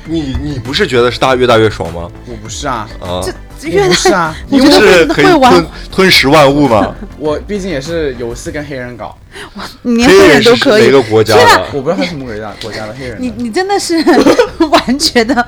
[SPEAKER 3] 你你不是觉得是大越大越爽吗？
[SPEAKER 1] 我不是啊，
[SPEAKER 3] 啊，
[SPEAKER 2] 这
[SPEAKER 1] 我
[SPEAKER 2] 越
[SPEAKER 1] 不是
[SPEAKER 2] 来
[SPEAKER 1] 啊，
[SPEAKER 3] 你
[SPEAKER 1] 因
[SPEAKER 3] 不
[SPEAKER 1] 为
[SPEAKER 3] 是可以
[SPEAKER 2] 会玩
[SPEAKER 3] 吞吞十万
[SPEAKER 2] <laughs>
[SPEAKER 3] 物吗？
[SPEAKER 1] 我毕竟也是有一次跟黑人搞，
[SPEAKER 2] 你连
[SPEAKER 3] 黑
[SPEAKER 2] 黑
[SPEAKER 3] 人
[SPEAKER 2] 人
[SPEAKER 3] 是
[SPEAKER 2] 都可
[SPEAKER 3] 哪
[SPEAKER 2] 以
[SPEAKER 3] 个。国家
[SPEAKER 2] 天
[SPEAKER 3] 的？
[SPEAKER 1] 我不知道他是什么国家国家的黑人的，啊
[SPEAKER 2] 你你真的是 <laughs> 完全的，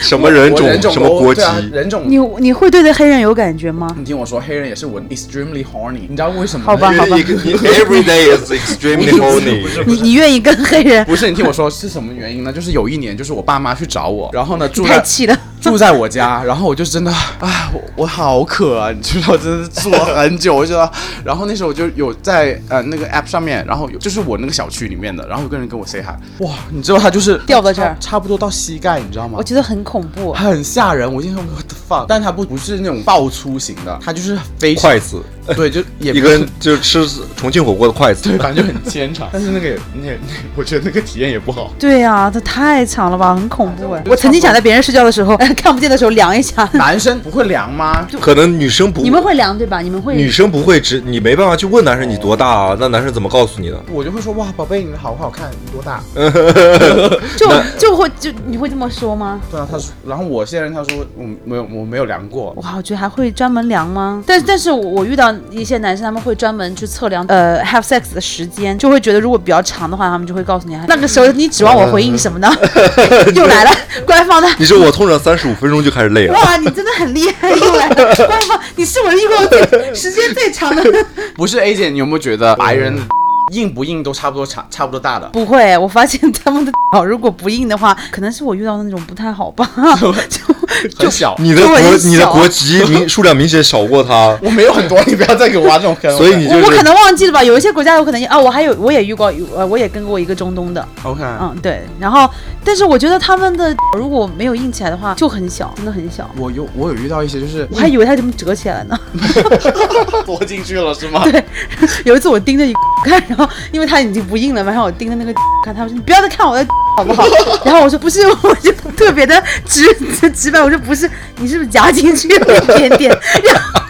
[SPEAKER 3] 什么人
[SPEAKER 1] 我人种
[SPEAKER 3] 种？什么国籍
[SPEAKER 1] 对？啊人种
[SPEAKER 2] 你你会对这黑人有感觉吗？
[SPEAKER 1] 你听我说，黑人也是我 extremely horny，你知道为什么吗？
[SPEAKER 2] 好吧
[SPEAKER 3] <laughs> 因为你你 every day is extremely horny。
[SPEAKER 2] 你你愿意跟黑人
[SPEAKER 1] 不是，你听我说 <laughs> 是什么原因呢？就是有一年，就是我爸妈去找我，然后呢住
[SPEAKER 2] 太
[SPEAKER 1] 在
[SPEAKER 2] 气了？
[SPEAKER 1] 住在我家，然后我就真的，哎，我我好渴啊，你知道，真的坐很久，我就觉得，然后那时候我就有在呃那个 app 上面，然后有就是我那个小区里面的，然后有个人跟我 say hi，哇，你知道他就是
[SPEAKER 2] 掉到这儿
[SPEAKER 1] 差差不多到膝盖，你知道吗
[SPEAKER 2] 我？觉得很恐怖。
[SPEAKER 1] 很吓人，我心想 what the fuck，但他不不是那种爆粗型的，他就是非常
[SPEAKER 3] 筷，子，
[SPEAKER 1] 对，就也不是
[SPEAKER 3] 一根就是吃重庆火锅的筷
[SPEAKER 1] <laughs>
[SPEAKER 3] 子
[SPEAKER 1] 对，。反正就很牵长，但是那个也那也那也我觉得那个体验也不
[SPEAKER 2] <laughs>
[SPEAKER 1] 好。
[SPEAKER 2] 对啊，这太长了吧，很恐怖哎！
[SPEAKER 1] 对
[SPEAKER 2] 我曾经想在别人睡觉的时候，看不见的时候量一下。
[SPEAKER 1] 男生不会凉吗？
[SPEAKER 3] 可能女生不，
[SPEAKER 2] 你们会量对吧？你们
[SPEAKER 3] 女
[SPEAKER 2] 会
[SPEAKER 3] 生不会直，你没办法去问男生你多大啊，那男生怎么告诉你呢？
[SPEAKER 1] 我就会说哇，宝贝，你好不好看？你多大？
[SPEAKER 2] 就就会就你会这么说吗？
[SPEAKER 1] 对啊，他说，然后我现在他说我没有我没有量过，
[SPEAKER 2] 哇，我觉得还会专门量吗？但但是我我遇到一些男生，他们会专门去测量呃 have sex 的时间，就会觉得如果比较长的话，他们就会告诉你，哎那个
[SPEAKER 3] 嗯
[SPEAKER 2] 时候你指望我回应什么
[SPEAKER 3] <laughs>
[SPEAKER 2] 呢？又来了，官方的。
[SPEAKER 3] 你说我通常三十五分钟就开始累了，
[SPEAKER 2] 哇，你真的很厉害！又
[SPEAKER 3] <laughs>
[SPEAKER 2] 来了，官方，你是我遇过最时间最长的。
[SPEAKER 1] 不是 A 姐，你有没有觉得白人硬不硬都差不多差差不多大 <laughs> 的？
[SPEAKER 2] 不会，我发现他们的屌如果不硬的话，可能是我遇到的那种不太好吧，
[SPEAKER 1] <laughs>
[SPEAKER 2] 就
[SPEAKER 1] 很小，
[SPEAKER 3] 你的
[SPEAKER 2] 就
[SPEAKER 3] 国
[SPEAKER 2] 很小
[SPEAKER 3] 你的国籍明数量明显少过
[SPEAKER 1] <laughs>
[SPEAKER 3] 他，
[SPEAKER 1] <laughs> 我没有很多，你不要再给我挖这种坑。
[SPEAKER 3] 所以你
[SPEAKER 2] 我
[SPEAKER 3] 就
[SPEAKER 2] 我可
[SPEAKER 3] 是
[SPEAKER 2] 能忘记了吧，有一些国家有可能啊，我还有我也遇过，呃，我也跟过一个中东的，
[SPEAKER 1] OK，
[SPEAKER 2] 嗯，对。然后，但是我觉得他们的如果没有硬起来的话，就很小，真的很小。
[SPEAKER 1] 我有我有遇到一些就是
[SPEAKER 2] 我还以为他怎么折起来呢？ <laughs>
[SPEAKER 1] 缩进去了是吗？
[SPEAKER 2] 有一次我盯着一 <laughs> 看，然后因为他已经不硬了嘛，然后我盯着那个看，他说你不要再看我的 <laughs> 好不好？然后我说不是， <laughs> 我就特别的直 <laughs> 直白，我说不是，你是不是夹进去了一点点？然后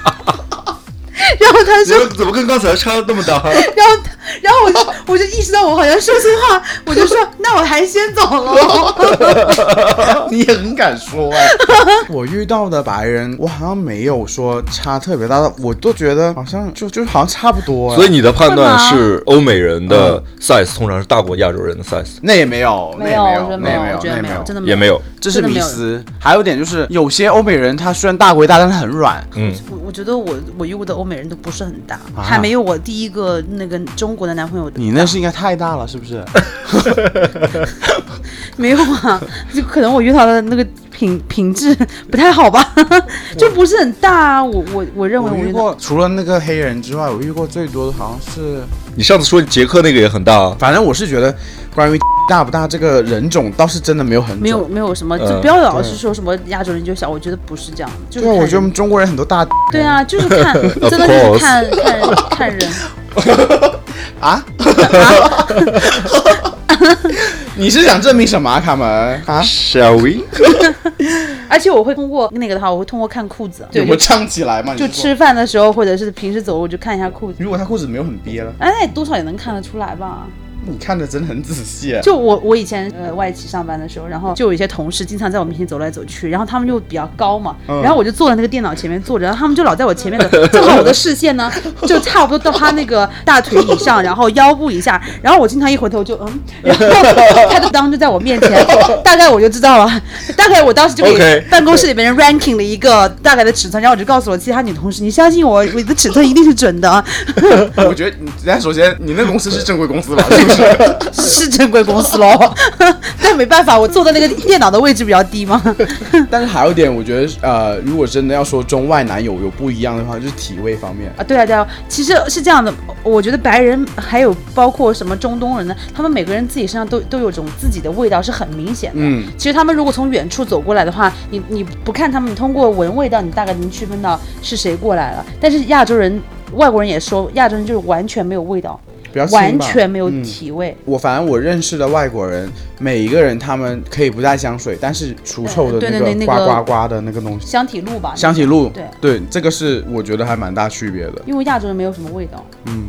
[SPEAKER 2] 然后 <laughs> 他就
[SPEAKER 3] 怎
[SPEAKER 2] 说
[SPEAKER 3] 么怎么跟刚才差那么大？
[SPEAKER 2] 然后他，然后我就我就意识到我好像说错话，我就说那我还先走了。
[SPEAKER 1] <laughs> 你也很敢说哎、 <laughs> 我遇到的白人，我好像没有说差特别大的，我都觉得好像就就好像差不多、哎
[SPEAKER 3] <laughs> 所以你的判断是欧美人的 size 通常是大过亚洲人的 size，
[SPEAKER 1] 那也没有，那也
[SPEAKER 2] 有，
[SPEAKER 1] 有，那也没
[SPEAKER 2] 我觉得
[SPEAKER 1] 那也
[SPEAKER 2] 有，真的
[SPEAKER 3] 也没
[SPEAKER 2] 有。
[SPEAKER 3] 有。
[SPEAKER 1] 这是
[SPEAKER 2] 真的
[SPEAKER 1] 迷
[SPEAKER 2] 没有
[SPEAKER 1] 思。还有一点就是，有些欧美人他虽然大归大，但是很软。
[SPEAKER 3] 嗯，
[SPEAKER 2] 我我觉得我我遇过的欧美人都不是很大，
[SPEAKER 1] 啊
[SPEAKER 2] 还没有我第一个那个中国的男朋友大。
[SPEAKER 1] 你那是应该太大了，是不是？
[SPEAKER 2] 没有啊？ <laughs> 就可能我遇到的那个品品质不太好吧，就不是很大啊。我我我认
[SPEAKER 1] <laughs>
[SPEAKER 2] 为
[SPEAKER 1] 我
[SPEAKER 2] 我
[SPEAKER 1] 遇
[SPEAKER 2] 遇到
[SPEAKER 1] 过除了那个黑人之外，我遇过最多的好像是，
[SPEAKER 3] 你上次说捷克那个也很大啊，
[SPEAKER 1] 反正我是觉得关于大不大这个人种倒是真的没有很准
[SPEAKER 2] 没有。没有什么，
[SPEAKER 1] 呃
[SPEAKER 2] 就
[SPEAKER 3] 嗯
[SPEAKER 2] 不要老是说什么亚洲人就小，我觉得不是这样，就是
[SPEAKER 1] 对啊，
[SPEAKER 2] 看
[SPEAKER 1] 我觉得我
[SPEAKER 2] 人
[SPEAKER 1] 们中国人很多大
[SPEAKER 2] 对
[SPEAKER 1] <laughs>
[SPEAKER 2] 啊，就是看，真的就是看看人看人。
[SPEAKER 1] 啊， <laughs> 你是想证明什么啊，卡门啊？
[SPEAKER 3] ，Shall we？
[SPEAKER 2] 而且我会通过那个的话，我会通过看裤子，
[SPEAKER 1] 有
[SPEAKER 2] 对
[SPEAKER 1] 没，有胀起来嘛？你
[SPEAKER 2] 就是
[SPEAKER 1] 说
[SPEAKER 2] 吃饭的时候或者是平时走路我就看一下裤子，
[SPEAKER 1] 如果他裤子没有很憋了，
[SPEAKER 2] 哎，多少也能看得出来吧。
[SPEAKER 1] 你看的真的很仔细。
[SPEAKER 2] 就我我以前呃外企上班的时候，然后就有一些同事经常在我面前走来走去，然后他们就比较高嘛，
[SPEAKER 1] 嗯
[SPEAKER 2] 然后我就坐在那个电脑前面坐着，然后他们就老在我前面走，正好我的视线呢就差不多到他那个大腿以上，然后腰部以下，然后我经常一回头就嗯，然后他就当就在我面前，大概我就知道了， <laughs> 大概我当时就给
[SPEAKER 3] OK
[SPEAKER 2] 办公室里面人 ranking 了一个大概的尺寸，然后我就告诉我其他女同事，你相信我，我的尺寸一定是准的啊，
[SPEAKER 1] 我觉得你，人家首先你那公司是正规公司
[SPEAKER 2] <laughs>
[SPEAKER 1] 吧？是不是？
[SPEAKER 2] 是正规公司喽， <laughs> 但没办法，我坐的那个电脑的位置比较低嘛。
[SPEAKER 1] 但是还有一点，我觉得呃，如果真的要说中外男友有不一样的话，就是体位方面。
[SPEAKER 2] 啊，对啊，对啊，其实是这样的，我觉得白人还有包括什么中东人呢，他们每个人自己身上都都有种自己的味道，是很明显的。
[SPEAKER 1] 嗯，
[SPEAKER 2] 其实他们如果从远处走过来的话，你你不看他们，你通过闻味道，你大概能区分到是谁过来了。但是亚洲人、外国人也说，亚洲人就是完全没有味道，
[SPEAKER 1] 比较轻吧
[SPEAKER 2] 完全没有
[SPEAKER 1] 嗯
[SPEAKER 2] 体味。
[SPEAKER 1] 我反正我认识的外国人，每一个人他们可以不带香水，但是除臭的
[SPEAKER 2] 对
[SPEAKER 1] 那
[SPEAKER 2] 对
[SPEAKER 1] 个
[SPEAKER 2] 对那
[SPEAKER 1] 呱
[SPEAKER 2] 个
[SPEAKER 1] 呱呱的那个东西，
[SPEAKER 2] 香体露吧，
[SPEAKER 1] 香体露，
[SPEAKER 2] 对
[SPEAKER 1] 对，这个是我觉得还蛮大区别的。
[SPEAKER 2] 因为亚洲人没有什么味道，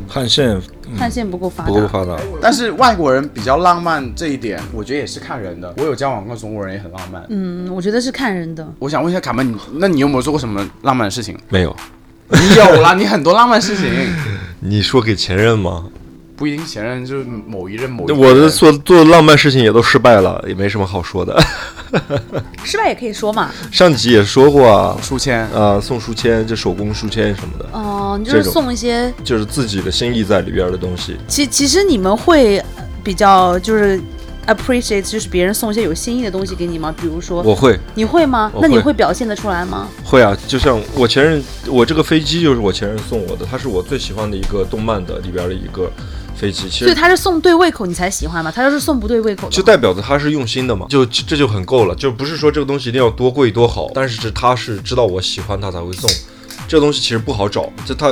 [SPEAKER 3] 汗腺
[SPEAKER 2] 汗腺不够发
[SPEAKER 3] 不够
[SPEAKER 2] 达。
[SPEAKER 3] 发达，
[SPEAKER 1] 但是外国人比较浪漫这一点，我觉得也是看人的。我有交往过中国人，也很浪漫。
[SPEAKER 2] 嗯，我觉得是看人的。
[SPEAKER 1] 我想问一下卡门，你那你有没有做过什么浪漫的
[SPEAKER 3] <laughs>
[SPEAKER 1] 事情？
[SPEAKER 3] 没有。
[SPEAKER 1] 你有啦，你很多浪漫事情，
[SPEAKER 3] 你说给前任吗？
[SPEAKER 1] 不一定前任就是某一任某一
[SPEAKER 3] 我
[SPEAKER 1] 任
[SPEAKER 3] 的做做浪漫事情也都失败了，也没什么好说的。 <laughs>
[SPEAKER 2] 失败也可以说嘛，
[SPEAKER 3] 上集也说过啊，
[SPEAKER 1] 书签。
[SPEAKER 3] 呃，送书签，就手工书签什么的，
[SPEAKER 2] 嗯、你就
[SPEAKER 3] 这
[SPEAKER 2] 是
[SPEAKER 3] 种
[SPEAKER 2] 送一些
[SPEAKER 3] 就是自己的心意在里边的东西。
[SPEAKER 2] 其其实你们会呃比较就是 appreciate，就是别人送一些有心意的东西给你吗？比如说，
[SPEAKER 3] 我会
[SPEAKER 2] 你会吗？
[SPEAKER 3] 我
[SPEAKER 2] 那你
[SPEAKER 3] 会
[SPEAKER 2] 会表现得出来吗？
[SPEAKER 3] 会啊，就像我前任，我这个飞机就是我前任送我的，它是我最喜欢的一个动漫的里边的一个飞机，其
[SPEAKER 2] 所以
[SPEAKER 3] 实。
[SPEAKER 2] 他是送对胃口你才喜欢嘛，他要是送不对胃口
[SPEAKER 3] 就
[SPEAKER 2] 的话，
[SPEAKER 3] 代表着他是用心的嘛，就这就很够了，就不是说这个东西一定要多贵多好，但是他是知道我喜欢他才会送，这个东西其实不好找，就他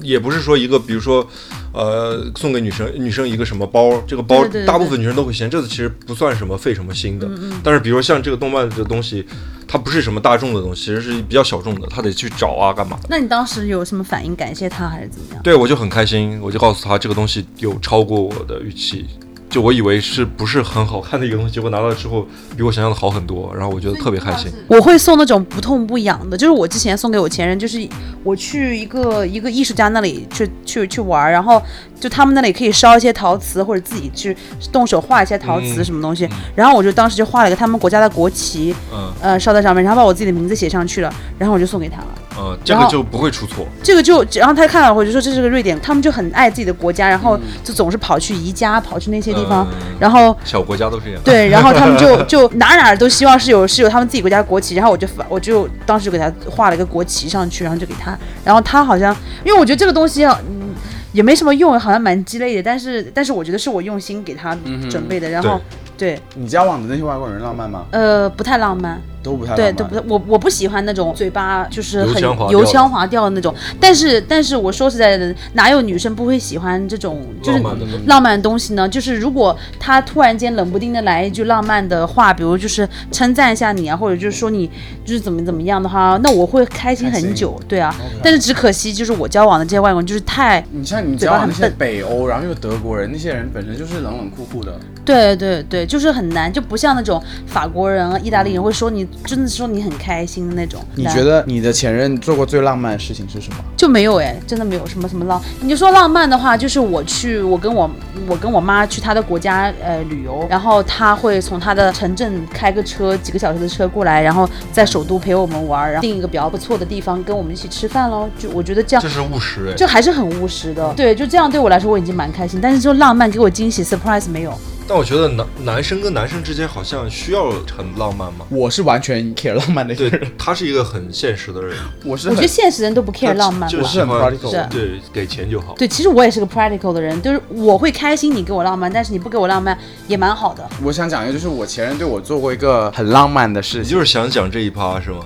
[SPEAKER 3] 也不是说一个，比如说，呃，送给女生女生一个什么包，这个包
[SPEAKER 2] 对对对对嗯
[SPEAKER 3] 大部分女生都会嫌，这个其实不算什么费什么心的，但是比如说像这个动漫这个东西，它不是什么大众的东西，其实是比较小众的，他得去找啊干嘛的。
[SPEAKER 2] 那你当时有什么反应？感谢他还是怎么样？
[SPEAKER 3] 对，我就很开心，我就告诉他这个东西有超过我的预期，就我以为是不是很好看的一个东西，结果拿到之后比我想象的好很多，然后我觉得特别开心。
[SPEAKER 2] 我会送那种不痛不痒的，就是我之前送给我前任，就是我去一个一个艺术家那里去去去玩儿，然后就他们那里可以烧一些陶瓷，或者自己去动手画一些陶瓷
[SPEAKER 3] 嗯
[SPEAKER 2] 什么东西，然后我就当时就画了一个他们国家的国旗，
[SPEAKER 3] 嗯
[SPEAKER 2] 呃，烧在上面，然后把我自己的名字写上去了，然后我就送给他了。
[SPEAKER 1] 嗯
[SPEAKER 3] 呃，这
[SPEAKER 2] 然
[SPEAKER 3] 个
[SPEAKER 2] 后
[SPEAKER 3] 就不会出错。
[SPEAKER 2] 这个就，然后他看了我就说这是个瑞典，他们就很爱自己的国家，然后就总是跑去宜家，跑去那些地方，
[SPEAKER 3] 嗯
[SPEAKER 2] 然后
[SPEAKER 3] 小国家都 <laughs> 是这样。
[SPEAKER 2] 对，然后他们就就哪哪都希望是有是有他们自己国家国旗，然后我就发我就当时就给他画了一个国旗上去，然后就给他，然后他好像因为我觉得这个东西啊嗯也没什么用，好像蛮鸡肋的，但是但是我觉得是我用心给他准备的，然后对
[SPEAKER 1] 你交往的那些外国人浪漫吗？
[SPEAKER 2] 呃不太浪漫，
[SPEAKER 1] 都不太
[SPEAKER 2] 对，
[SPEAKER 1] 浪漫
[SPEAKER 2] 都不我我不喜欢那种嘴巴就是
[SPEAKER 3] 油
[SPEAKER 2] 很
[SPEAKER 3] 腔滑调的
[SPEAKER 2] 油腔滑调的那种。但是但是我说实在的，哪有女生不会喜欢这种就是
[SPEAKER 3] 浪漫的东西
[SPEAKER 2] 浪漫的东西呢？就是如果他突然间冷不丁的来一句浪漫的话，比如就是称赞一下你啊，或者就是说你就是怎么怎么样的话，那我会开心很久，对啊。但是只可惜就是我交往的这些外国人就是太
[SPEAKER 1] 你像你
[SPEAKER 2] 嘴
[SPEAKER 1] 交
[SPEAKER 2] 巴
[SPEAKER 1] 往
[SPEAKER 2] 很
[SPEAKER 1] 那些
[SPEAKER 2] 笨
[SPEAKER 1] 北欧，然后又德国人，那些人本身就是冷冷酷酷的，
[SPEAKER 2] 对对对，就是很难，就不像那种法国人、啊、意大利人会说你真的说你很开心的那种。
[SPEAKER 1] 你
[SPEAKER 2] 对啊
[SPEAKER 1] 觉得你的前任做过最浪漫的事情是什么？
[SPEAKER 2] 就没有哎，真的没有什么什么浪。你就说浪漫的话，就是我去，我跟我我跟我妈去她的国家呃旅游，然后她会从她的城镇开个车，几个小时的车过来，然后在首都陪我们玩儿，然后定一个比较不错的地方跟我们一起吃饭喽。就我觉得这样
[SPEAKER 3] 这是务实哎。
[SPEAKER 2] 就还是很务实的，对，就这样对我来说我已经蛮开心。但是就浪漫给我惊喜 surprise 没有，
[SPEAKER 3] 哎但我觉得男男生跟男生之间好像需要很浪漫嘛。
[SPEAKER 1] 我是完全 care 浪漫的一个
[SPEAKER 3] 对
[SPEAKER 1] 人，，
[SPEAKER 3] 他是一个很现实的
[SPEAKER 2] <laughs>
[SPEAKER 3] 人，
[SPEAKER 1] 我是
[SPEAKER 2] 我觉得
[SPEAKER 1] 很
[SPEAKER 2] 现实人都不 care 浪漫
[SPEAKER 3] 就
[SPEAKER 2] 吧。
[SPEAKER 3] 喜欢
[SPEAKER 1] 我是很
[SPEAKER 2] practical
[SPEAKER 3] 对，给钱就好。
[SPEAKER 2] 对，其实我也是个 practical 的人，就是我会开心你给我浪漫，但是你不给我浪漫也蛮好的。
[SPEAKER 1] 我想讲一个，就是我前任对我做过一个很浪漫的事
[SPEAKER 3] 你
[SPEAKER 1] 情，
[SPEAKER 3] 就是想讲这一趴是吗？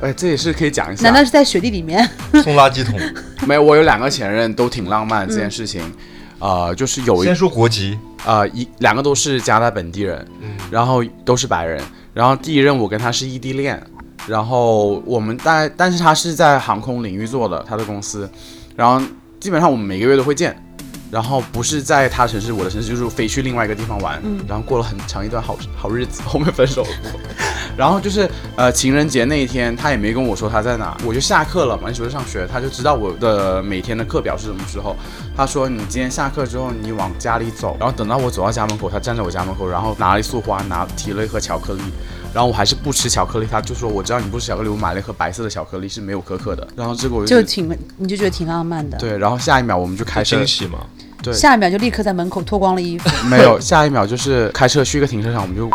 [SPEAKER 1] 哎，这也是可以讲一下。
[SPEAKER 2] 难道是在雪地里面？
[SPEAKER 3] 送垃
[SPEAKER 1] <laughs>
[SPEAKER 3] 圾桶。
[SPEAKER 1] 没有？我有两个前任都挺浪漫的这件事
[SPEAKER 2] 嗯
[SPEAKER 1] 情，呃，就是有一
[SPEAKER 3] 先说国籍，
[SPEAKER 1] 呃一两个都是加拿大本地人，
[SPEAKER 3] 嗯，
[SPEAKER 1] 然后都是白人，然后第一任我跟他是异地恋，然后我们在，但是他是在航空领域做的，他的公司，然后基本上我们每个月都会见，然后不是在他城市我的城市，就是飞去另外一个地方玩，然后过了很长一段好好日子， <laughs> 后面分手了，然后就是呃情人节那一天，他也没跟我说他在哪，我就下课了嘛，那时候上学，他就知道我的每天的课表是什么时候，他说你今天下课之后你往家里走，然后等到我走到家门口，他站在我家门口，然后拿了一束花，拿提了一盒巧克力，然后我还是不吃巧克力，他就说我知道你不吃巧克力，我买了一盒白色的巧克力是没有可可的，然后这个我
[SPEAKER 2] 就
[SPEAKER 1] 就
[SPEAKER 2] 挺，你就觉得挺浪漫的。
[SPEAKER 1] 对，然后下一秒我们就开车
[SPEAKER 3] 惊喜嘛。
[SPEAKER 1] 对
[SPEAKER 2] 下一秒就立刻在门口脱光了
[SPEAKER 1] <laughs>
[SPEAKER 2] 衣服，
[SPEAKER 1] 没有，下一秒就是开车去一个停车场，我们就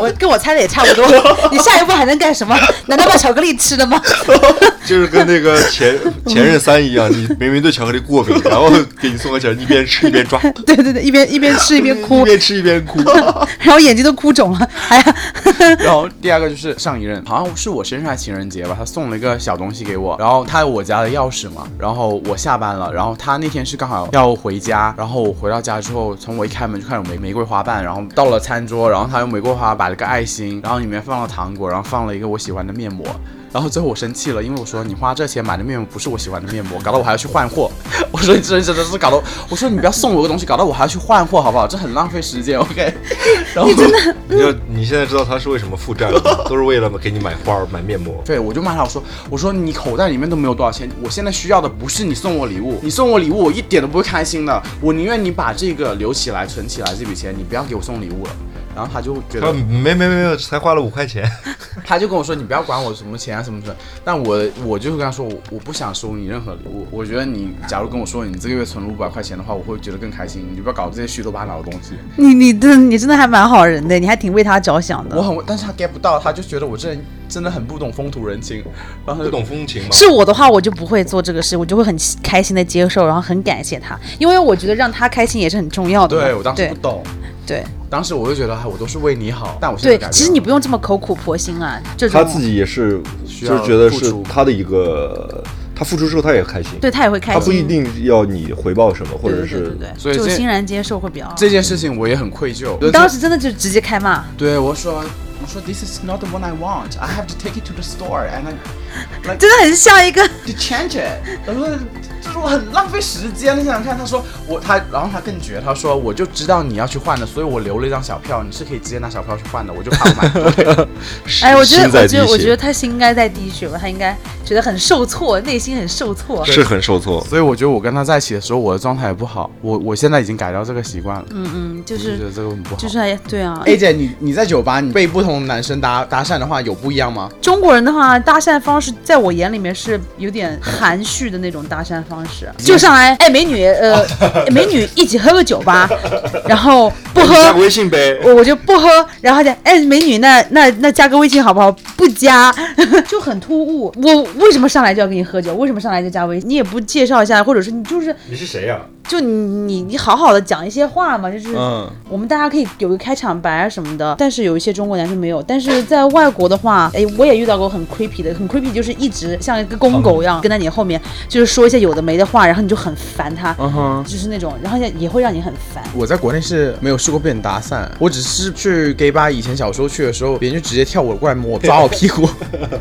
[SPEAKER 2] 我跟我猜的也差不多。你下一步还能干什么？难道把巧克力吃了吗？ <laughs>
[SPEAKER 3] 就是跟那个前 <laughs> 前任三一样，你明明对巧克力过敏，然后给你送个巧克力，一边吃一边抓，
[SPEAKER 2] 对对对，一边一边吃一边哭
[SPEAKER 3] 一，边吃一边哭。
[SPEAKER 2] 然后眼睛都哭肿了。哎呀，
[SPEAKER 1] 然后第二个就是上一任，好像是我生日还是情人节吧，他送了一个小东西给我，然后他有我家的钥匙嘛，然后我下班了，然后他那天是刚好要回家，然后我回到家之后，从我一开门就看有玫玫瑰花瓣，然后到了餐桌，然后他用玫瑰花摆了个爱心，然后里面放了糖果，然后放了一个我喜欢的面膜。然后最后我生气了，因为我说你花这钱买的面膜不是我喜欢的面膜，搞到我还要去换货。我说你这人真的是搞到，我说你不要送我个东西，搞到我还要去换货，好不好？这很浪费时间，OK。然 <laughs> 后
[SPEAKER 3] 你就你现在知道他是为什么负债了吗，都是为了给你买花儿、买面膜。
[SPEAKER 1] 对，我就骂他，我说，我说你口袋里面都没有多少钱，我现在需要的不是你送我礼物，你送我礼物我一点都不会开心的，我宁愿你把这个留起来存起来这笔钱，你不要给我送礼物了。然后他就觉
[SPEAKER 3] 他
[SPEAKER 1] 得
[SPEAKER 3] 说，没没没没，才花了五块 <laughs> 钱。
[SPEAKER 1] 他就跟我说，你不要管我什么钱啊什么什么，但我我就跟他说，我我不想收你任何礼物，我觉得你假如跟我说你这个月存了五百块钱的话，我会觉得更开心，你就不要搞这些虚头巴脑的东西。
[SPEAKER 3] 嗯
[SPEAKER 2] 你你真你真的还蛮好人的，你还挺为他着想
[SPEAKER 1] 我
[SPEAKER 2] 的。
[SPEAKER 1] 很，但是他 get 不到，他就觉得我这人真的很不懂风土人情，然后他
[SPEAKER 3] 不
[SPEAKER 1] 就
[SPEAKER 3] 懂风情嘛？
[SPEAKER 2] 是我的话，我就不会做这个事，我就会很开心的接受，然后很感谢他，因为我觉得让他开心也是很重要的嘛。
[SPEAKER 1] 对我当时
[SPEAKER 2] 对
[SPEAKER 1] 不懂。
[SPEAKER 2] 对
[SPEAKER 1] 当时我就觉得，哎，我都是为你好，但我现在
[SPEAKER 2] 对
[SPEAKER 1] 改变，了
[SPEAKER 2] 其实你不用这么口苦婆心啊，这种
[SPEAKER 3] 他自己也是，
[SPEAKER 1] 需
[SPEAKER 3] 就
[SPEAKER 1] 要
[SPEAKER 3] 是觉得是
[SPEAKER 1] 付出
[SPEAKER 3] 他的一个，呃他付出之后他也开心，
[SPEAKER 2] 对他也会开
[SPEAKER 3] 他
[SPEAKER 2] 心。
[SPEAKER 3] 不一定要你回报什么，或者
[SPEAKER 2] 对对
[SPEAKER 3] 是
[SPEAKER 2] 对对
[SPEAKER 1] 所以
[SPEAKER 2] 就
[SPEAKER 1] 这
[SPEAKER 2] 欣然接受会比较好。
[SPEAKER 1] 这件事情我也很愧疚。
[SPEAKER 2] 你当时真的就直接开骂，
[SPEAKER 1] 对我说，我说 This is not the one I want. I have to take it to the store and I
[SPEAKER 2] 真的很像一个
[SPEAKER 1] to change it。我说，这是我很浪费时间。你想想看，他说我他，然后他更绝，他说我就知道你要去换的，所以我留了一张小票，你是可以直接拿小票去换的，我就怕我买
[SPEAKER 2] <laughs>
[SPEAKER 1] 不对。
[SPEAKER 2] 哎，我觉
[SPEAKER 3] 心
[SPEAKER 2] 得，我
[SPEAKER 3] 在滴
[SPEAKER 2] 觉得，我觉得
[SPEAKER 3] 血，
[SPEAKER 2] 他是应该在滴血吧，他应该觉得很受挫，内心很受挫。
[SPEAKER 3] 是很受 <laughs> 挫。
[SPEAKER 1] 所以我觉得我跟他在一起的时候，我的状态也不好。
[SPEAKER 2] <laughs>
[SPEAKER 1] 我我现在已经改掉这个习惯了，
[SPEAKER 2] 嗯嗯，就
[SPEAKER 1] 我就是觉得这个很不好。
[SPEAKER 2] 就是哎，对啊。
[SPEAKER 1] A 姐，你你在酒吧你被不同男生搭搭讪的话有不一样吗？
[SPEAKER 2] 中国人的话，搭讪方式在我眼里面是有点含蓄的那种搭讪方式，就上来，哎，美女，呃，哎美女，一起喝个酒
[SPEAKER 3] <laughs>
[SPEAKER 2] 吧，然后不喝，
[SPEAKER 3] 加个微信呗。
[SPEAKER 2] 我我就不喝，然后就哎，美女，那那那加个微信好不好？不加， <laughs> 就很突兀。我为什么上来就要跟你喝酒？为什么上来就加微信？你也不介绍一下，或者是你就是
[SPEAKER 3] 你是谁呀？啊
[SPEAKER 2] 就你你你好好的讲一些话嘛，就是
[SPEAKER 6] 嗯
[SPEAKER 2] 我们大家可以有个开场白啊什么的。但是有一些中国男生没有，但是在外国的话，哎，我也遇到过很 creepy 的，很 creepy 就是一直像一个公狗一样跟在你后面，就是说一些有的没的话，然后你就很烦他，
[SPEAKER 6] 嗯哼，
[SPEAKER 2] 就是那种，然后也也会让你很烦。
[SPEAKER 1] 我在国内是没有试过被人搭讪，我只是去 gay 吧，以前小时候去的时候，别人就直接跳我过来摸，抓我屁 <laughs> 股，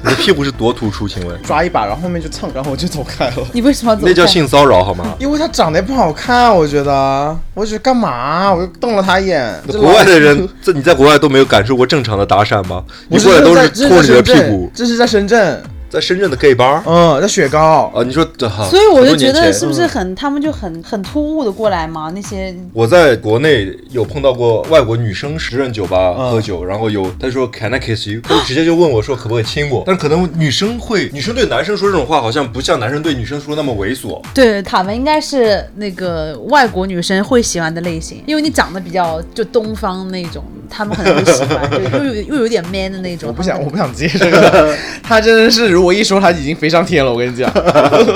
[SPEAKER 3] 你的屁股是多突出？请问
[SPEAKER 1] 抓一把，然后后面就蹭，然后我就走开了。
[SPEAKER 2] 你为什么要走开？
[SPEAKER 3] 那叫性骚扰
[SPEAKER 1] <laughs>
[SPEAKER 3] 好吗？
[SPEAKER 1] 因为他长得也不好看，我觉得，我觉得干嘛？我就瞪了他一眼。这
[SPEAKER 3] 国外
[SPEAKER 1] 老
[SPEAKER 3] 的
[SPEAKER 1] 师
[SPEAKER 3] 人，这你在国外都没有感受过正常的搭讪吗？
[SPEAKER 1] 不
[SPEAKER 3] 你
[SPEAKER 1] 是
[SPEAKER 3] 过来都
[SPEAKER 1] 这
[SPEAKER 3] 是拖你的屁股，
[SPEAKER 1] 这是在深圳，
[SPEAKER 3] 在深圳的 gay bar
[SPEAKER 1] 嗯，在雪糕。
[SPEAKER 3] 啊？你说这哈？
[SPEAKER 2] 所以我
[SPEAKER 3] 很
[SPEAKER 2] 就
[SPEAKER 3] 多
[SPEAKER 2] 觉
[SPEAKER 3] 年
[SPEAKER 2] 得
[SPEAKER 3] 前嗯
[SPEAKER 2] 是不是很，他们就很很突兀的过来嘛？那些
[SPEAKER 3] 我在国内有碰到过外国女生时任酒吧喝酒，然后有她说 Can I kiss you？她就直接就问我说可不可以亲我？但可能女生会，女生对男生说这种话，好像不像男生对女生说那么猥琐。
[SPEAKER 2] 对卡门应该是那个外国女生会喜欢的类型，因为你长得比较就东方那种，他们可能会喜欢，就又有又有点 man 的那
[SPEAKER 1] <laughs>
[SPEAKER 2] 种。
[SPEAKER 1] 我不想，我不想接这个。 <laughs> 他真的是，如果一说，他已经飞上天了。我跟你讲，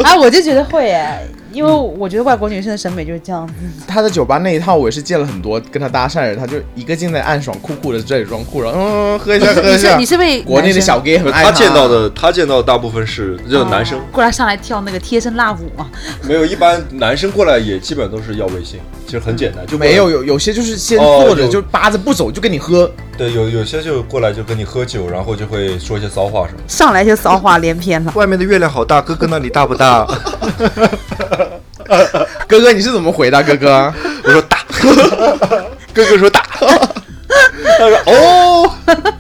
[SPEAKER 2] 哎、我就觉得会哎，因为
[SPEAKER 3] 嗯
[SPEAKER 2] 我觉得外国女生的审美就是这样子。
[SPEAKER 1] 他在酒吧那一套，我也是见了很多跟他搭讪的人，他就一个劲在暗爽酷酷的在装酷，然后嗯，喝一下，喝
[SPEAKER 2] 你
[SPEAKER 1] 一
[SPEAKER 2] 是
[SPEAKER 1] 下
[SPEAKER 2] 你。是被
[SPEAKER 1] <laughs> 国内的
[SPEAKER 2] 男生
[SPEAKER 1] 小 gay 很爱
[SPEAKER 3] 她见到的，她见到的大部分是就是男生
[SPEAKER 2] 哦，过来上来跳那个贴身辣舞嘛，
[SPEAKER 3] 没有一般男生过来也基本都是要微信，其实很简单，就过来
[SPEAKER 1] 没有有有些就是先
[SPEAKER 3] 哦
[SPEAKER 1] 坐着
[SPEAKER 3] 有
[SPEAKER 1] 就扒着不走，就跟你喝。
[SPEAKER 3] 对有有些就过来就跟你喝酒，然后就会说一些骚话什么的。
[SPEAKER 2] 上来就骚话连篇了。
[SPEAKER 3] 外面的月亮好大，哥哥那里大不大？ <laughs>
[SPEAKER 1] 哥哥，你是怎么回答哥啊哥？
[SPEAKER 3] 我说大， <laughs> 哥哥说大，他说哦，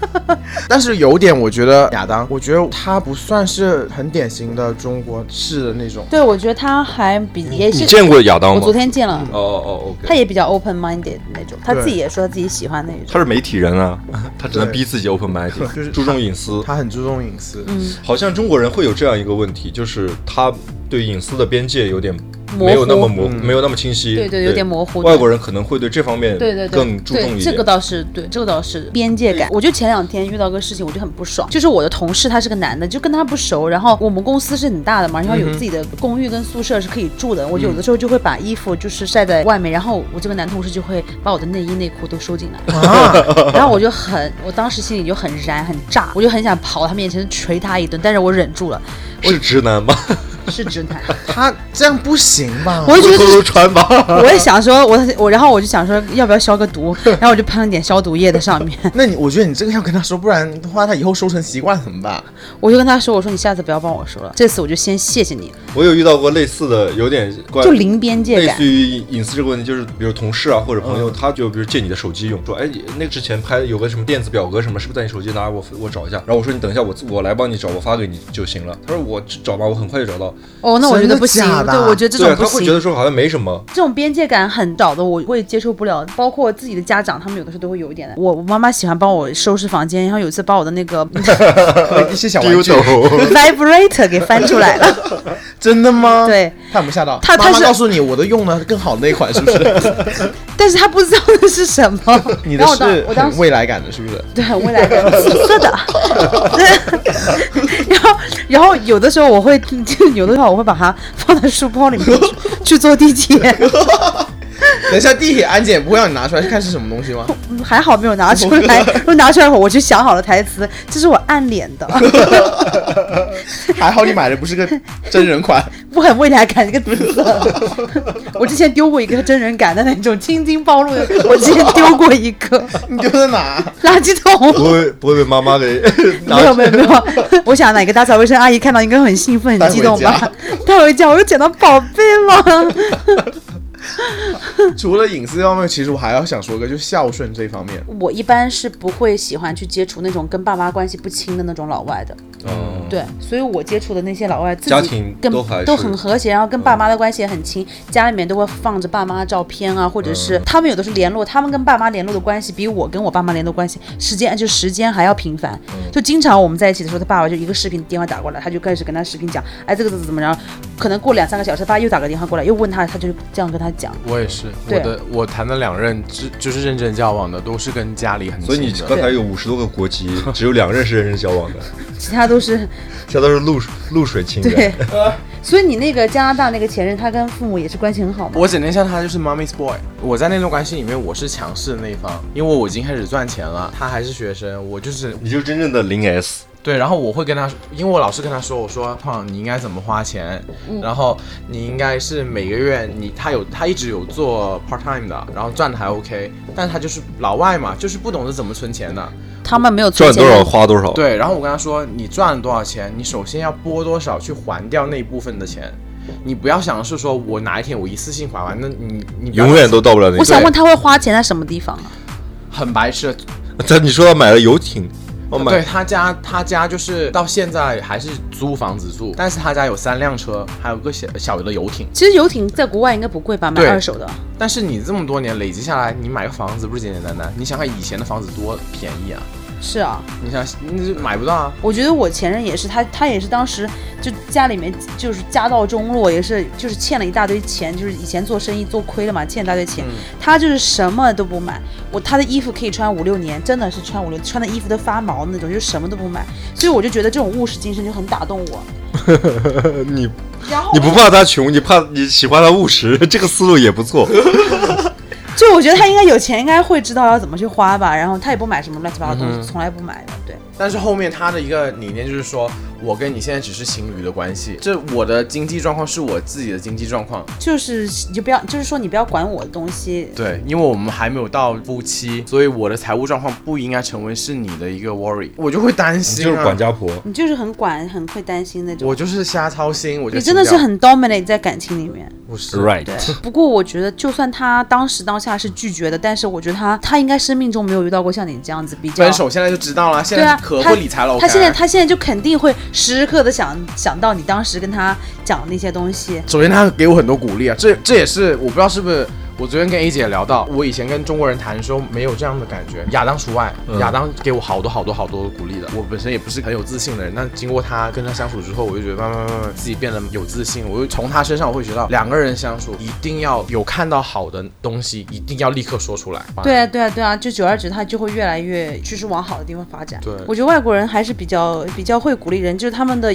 [SPEAKER 1] <laughs> 但是有点，我觉得亚当，我觉得他不算是很典型的中国式的那种。
[SPEAKER 2] 对，我觉得他还比也
[SPEAKER 3] 你
[SPEAKER 2] 是，
[SPEAKER 3] 见过亚当
[SPEAKER 2] 我
[SPEAKER 3] 吗？
[SPEAKER 2] 昨天见了，
[SPEAKER 3] 哦哦
[SPEAKER 2] 他
[SPEAKER 3] ，OK，
[SPEAKER 2] 也比较 open minded 那种，他
[SPEAKER 1] 对
[SPEAKER 2] 自己也说自己喜欢那种。
[SPEAKER 3] 他是媒体人 <laughs> 啊，他只能
[SPEAKER 1] 对
[SPEAKER 3] 逼自己 open mind， <laughs>
[SPEAKER 1] 就是
[SPEAKER 3] 注重隐私。
[SPEAKER 1] 他很注重隐私，
[SPEAKER 2] 嗯，
[SPEAKER 3] 好像中国人会有这样一个问题，就是他对隐私的边界有点
[SPEAKER 2] 模糊
[SPEAKER 3] 没有那么模糊，没有那么清晰。
[SPEAKER 2] 对对有点模糊
[SPEAKER 3] 外国人可能会对这方面
[SPEAKER 2] 对对对，
[SPEAKER 3] 更注重
[SPEAKER 2] 对
[SPEAKER 3] 一
[SPEAKER 2] 这个
[SPEAKER 3] 点。
[SPEAKER 2] 倒是对，这个倒是边界感。我就前两天遇到个事情，我就很不爽，就是我的同事他是个男的，就跟他不熟，然后我们公司是很大的嘛，然后有
[SPEAKER 3] 嗯
[SPEAKER 2] 自己的公寓跟宿舍是可以住的，我有的时候就会把衣服就是晒在外面，然后我这个男同事就会把我的内衣内裤都收
[SPEAKER 3] <laughs>
[SPEAKER 2] 进来，
[SPEAKER 1] 啊
[SPEAKER 2] 然后我就很，我当时心里就很燃很炸，我就很想跑他面前捶他一顿，但是我忍住了，
[SPEAKER 3] 是直男吗？ <laughs>
[SPEAKER 2] 是直男，
[SPEAKER 1] 他这样不行吧？
[SPEAKER 2] 我就觉得
[SPEAKER 3] 偷偷穿吧。
[SPEAKER 2] 我也想说，我我然后我就想说要不要消个
[SPEAKER 3] <laughs>
[SPEAKER 2] 毒，然后我就喷了点消毒液在上面。
[SPEAKER 1] 那你我觉得你这个要跟他说，不然的话他以后收成习惯怎么办？
[SPEAKER 2] 我就跟他说：“我说你下次不要帮我说了，这次我就先谢谢你，
[SPEAKER 3] 我有遇到过类似的，有点关
[SPEAKER 2] 就零边界
[SPEAKER 3] 类
[SPEAKER 2] 感嗯
[SPEAKER 3] 似。于隐私这个问题，就是比如同事啊或者朋友，他就比如借你的手机用，说哎，那之前拍有个什么电子表格什么，是不是在你手机拿我我找一下？然后我说你等一下，我我来帮你找，我发给你就行了。他说我找吧，我很快就找到。”
[SPEAKER 2] 哦，那我觉得不行，
[SPEAKER 1] 真的假的
[SPEAKER 2] 对我觉得这
[SPEAKER 3] 对
[SPEAKER 2] 种
[SPEAKER 3] 啊，
[SPEAKER 2] 不
[SPEAKER 3] 他会觉
[SPEAKER 2] 行
[SPEAKER 3] 得。说好像没什么。
[SPEAKER 2] 这种边界感很导的，我会接受不了。包括自己的家长，他们有的时候都会有一点的。我我妈妈喜欢帮我收拾房间，然后有一次把我的那
[SPEAKER 3] <laughs>
[SPEAKER 2] 个
[SPEAKER 1] 一些
[SPEAKER 3] 啊
[SPEAKER 1] 小玩具，
[SPEAKER 2] vibrator 给翻出来
[SPEAKER 3] <laughs>
[SPEAKER 2] 了。
[SPEAKER 1] 真的吗？，
[SPEAKER 2] 对，
[SPEAKER 1] 他有没有吓到？
[SPEAKER 2] 他他
[SPEAKER 1] 妈妈
[SPEAKER 2] 是
[SPEAKER 1] 告诉你，我都用了更好的那款，是不 <laughs> 是？
[SPEAKER 2] 但是她不知道那是什
[SPEAKER 3] <laughs>
[SPEAKER 2] 么。
[SPEAKER 1] 你的
[SPEAKER 2] 然后我当
[SPEAKER 1] 是
[SPEAKER 2] 我当
[SPEAKER 1] 很
[SPEAKER 2] 时
[SPEAKER 1] 未来感的，是不是？
[SPEAKER 2] 对，未来感紫色
[SPEAKER 3] <laughs>
[SPEAKER 2] 的。然后，然后有的时候我会， <laughs> 就有的时候我会把它放在书包里面去去坐地铁。
[SPEAKER 1] 等一下地铁安检也不会让你拿出来看是什么东西吗？
[SPEAKER 2] 嗯还好没有拿出来，如果拿出来我就想好了台词，这是我暗恋的， <laughs>
[SPEAKER 1] 还好你买的不是个真人款，
[SPEAKER 2] 我很未来感这个紫色。我之前丢过一个真人感的那种，青筋暴露的，我之前丢过一个
[SPEAKER 1] 你丢在哪？
[SPEAKER 2] 垃圾桶。
[SPEAKER 3] 不会不会被妈妈给 <laughs> 拿
[SPEAKER 2] 没有没有没有，我想哪个打扫卫生阿姨看到应该很兴奋、
[SPEAKER 1] 带
[SPEAKER 2] 很
[SPEAKER 1] 回
[SPEAKER 2] 激动吧
[SPEAKER 1] 家？
[SPEAKER 2] <laughs> 带回家我又捡到宝贝了。
[SPEAKER 1] 除了隐私方面，其实我还要想说个，就孝顺这方面。
[SPEAKER 2] 我一般是不会喜欢去接触那种跟爸妈关系不亲的那种老外的，
[SPEAKER 3] 嗯，
[SPEAKER 2] 对，所以我接触的那些老外，自己
[SPEAKER 3] 家庭
[SPEAKER 2] 跟
[SPEAKER 3] 都还是嗯
[SPEAKER 2] 很和谐，然后跟爸妈的关系也很亲，家里面都会放着爸妈的照片啊，或者是
[SPEAKER 3] 嗯
[SPEAKER 2] 他们有的是联络，他们跟爸妈联络的关系比我跟我爸妈联络关系时间就时间还要频繁，
[SPEAKER 3] 嗯
[SPEAKER 2] 就经常我们在一起的时候，他爸爸就一个视频电话打过来，他就开始跟他视频讲，哎这个怎么怎么着，可能过两三个小时，爸又打个电话过来，又问他，他就这样跟他讲，
[SPEAKER 1] 我也是，
[SPEAKER 2] 对我的
[SPEAKER 1] 我谈的两任，就就是认真交往的，都是跟家里很
[SPEAKER 3] 所以你刚才有五十多个国籍，
[SPEAKER 2] <laughs>
[SPEAKER 3] 只有两任是认识交往的，
[SPEAKER 2] 其他都是。
[SPEAKER 3] 其他都是露露水情
[SPEAKER 2] 对
[SPEAKER 3] 感。，
[SPEAKER 2] 所以你那个加拿大那个前任，他跟父母也是关系很好吗？
[SPEAKER 1] 我只能像他就是 mommy's boy。我在那段关系里面，我是强势的那一方，因为我已经开始赚钱了，他还是学生，我就是
[SPEAKER 3] 你就真正的零 S。
[SPEAKER 1] 对，然后我会跟他，因为我老是跟他说，我说胖，你应该怎么花钱，然后你应该是每个月你他有他一直有做 part time 的，然后赚的还 OK，但他就是老外嘛，就是不懂得怎么存钱的。
[SPEAKER 2] 他们没有
[SPEAKER 3] 赚
[SPEAKER 2] 存钱啊
[SPEAKER 3] 多少花多少。，
[SPEAKER 1] 对，然后我跟他说，你赚了多少钱，你首先要拨多少去还掉那部分的钱，你不要想的是说我哪一天我一次性还完，那你你不要
[SPEAKER 3] 永远都到不了那
[SPEAKER 2] 我
[SPEAKER 3] 个。
[SPEAKER 2] 想问他会花钱在什么地方啊？
[SPEAKER 1] 很白痴的
[SPEAKER 3] 咱你说 <laughs> 他买了游艇，我
[SPEAKER 1] 对
[SPEAKER 3] 买
[SPEAKER 1] 他家，他家就是到现在还是租房子住，但是他家有三辆车，还有个小小的游艇。
[SPEAKER 2] 其实游艇在国外应该不贵吧，买
[SPEAKER 1] 对
[SPEAKER 2] 二手的。
[SPEAKER 1] 但是你这么多年累积下来，你买个房子不是简简单单？你想想以前的房子多便宜啊！
[SPEAKER 2] 是啊，
[SPEAKER 1] 你想，你是买不到啊！
[SPEAKER 2] 我觉得我前任也是，他他也是当时就家里面就是家道中落，也是就是欠了一大堆钱，就是以前做生意做亏了嘛，欠一大堆
[SPEAKER 3] 嗯
[SPEAKER 2] 钱。他就是什么都不买，我他的衣服可以穿五六年，真的是穿五六穿的衣服都发毛那种，就是什么都不买。所以我就觉得这种务实精神就很打动我。
[SPEAKER 3] <laughs> 你，
[SPEAKER 2] 然后
[SPEAKER 3] 你不怕他穷，你怕你喜欢他务实， <laughs> 这个思路也不错。
[SPEAKER 2] 就我觉得他应该有钱，应该会知道要怎么去花吧。然后他也不买什么乱七八糟的东西，
[SPEAKER 3] 嗯
[SPEAKER 2] 从来不买的。对，
[SPEAKER 1] 但是后面他的一个理念就是说，我跟你现在只是情侣的关系，这我的经济状况是我自己的经济状况，
[SPEAKER 2] 就是你就不要，就是说你不要管我的东西，
[SPEAKER 1] 对，因为我们还没有到夫妻，所以我的财务状况不应该成为是你的一个 worry，我就会担
[SPEAKER 3] 你
[SPEAKER 1] 心、啊。
[SPEAKER 3] 就是管，家婆，
[SPEAKER 2] 你就是很管，很会担心那种。
[SPEAKER 1] 我就是瞎操心，我就
[SPEAKER 2] 你真的是很 dominate 在感情里面。 <laughs>
[SPEAKER 1] 不是
[SPEAKER 2] <laughs>
[SPEAKER 3] right
[SPEAKER 2] 对，不过我觉得，就算他当时当下是拒绝的，但是我觉得他他应该生命中没有遇到过像你这样子比较
[SPEAKER 1] 分。手现在就知道了，现
[SPEAKER 2] 对
[SPEAKER 1] 在
[SPEAKER 2] 啊，
[SPEAKER 1] 可
[SPEAKER 2] 他
[SPEAKER 1] 会理财了。我
[SPEAKER 2] 他现
[SPEAKER 1] 看
[SPEAKER 2] 在他现在就肯定会时时刻的想想到你当时跟他讲的那些东西。
[SPEAKER 1] 首先他给我很多鼓励啊，这这也是我不知道是不是我昨天跟 A 姐聊到，我以前跟中国人谈的时候没有这样的感觉，亚当除外，
[SPEAKER 3] 嗯
[SPEAKER 1] 亚当给我好多好多好多的鼓励的。我本身也不是很有自信的人，但经过他跟他相处之后，我就觉得慢慢慢慢慢自己变得有自信。我又从他身上我会学到，两个人相处一定要有看到好的东西，一定要立刻说出来。
[SPEAKER 2] 对啊，对啊，对啊，就久而久之，他就会越来越就是往好的地方发展。
[SPEAKER 1] 对
[SPEAKER 2] 我觉得外国人还是比较比较会鼓励人，就是他们的。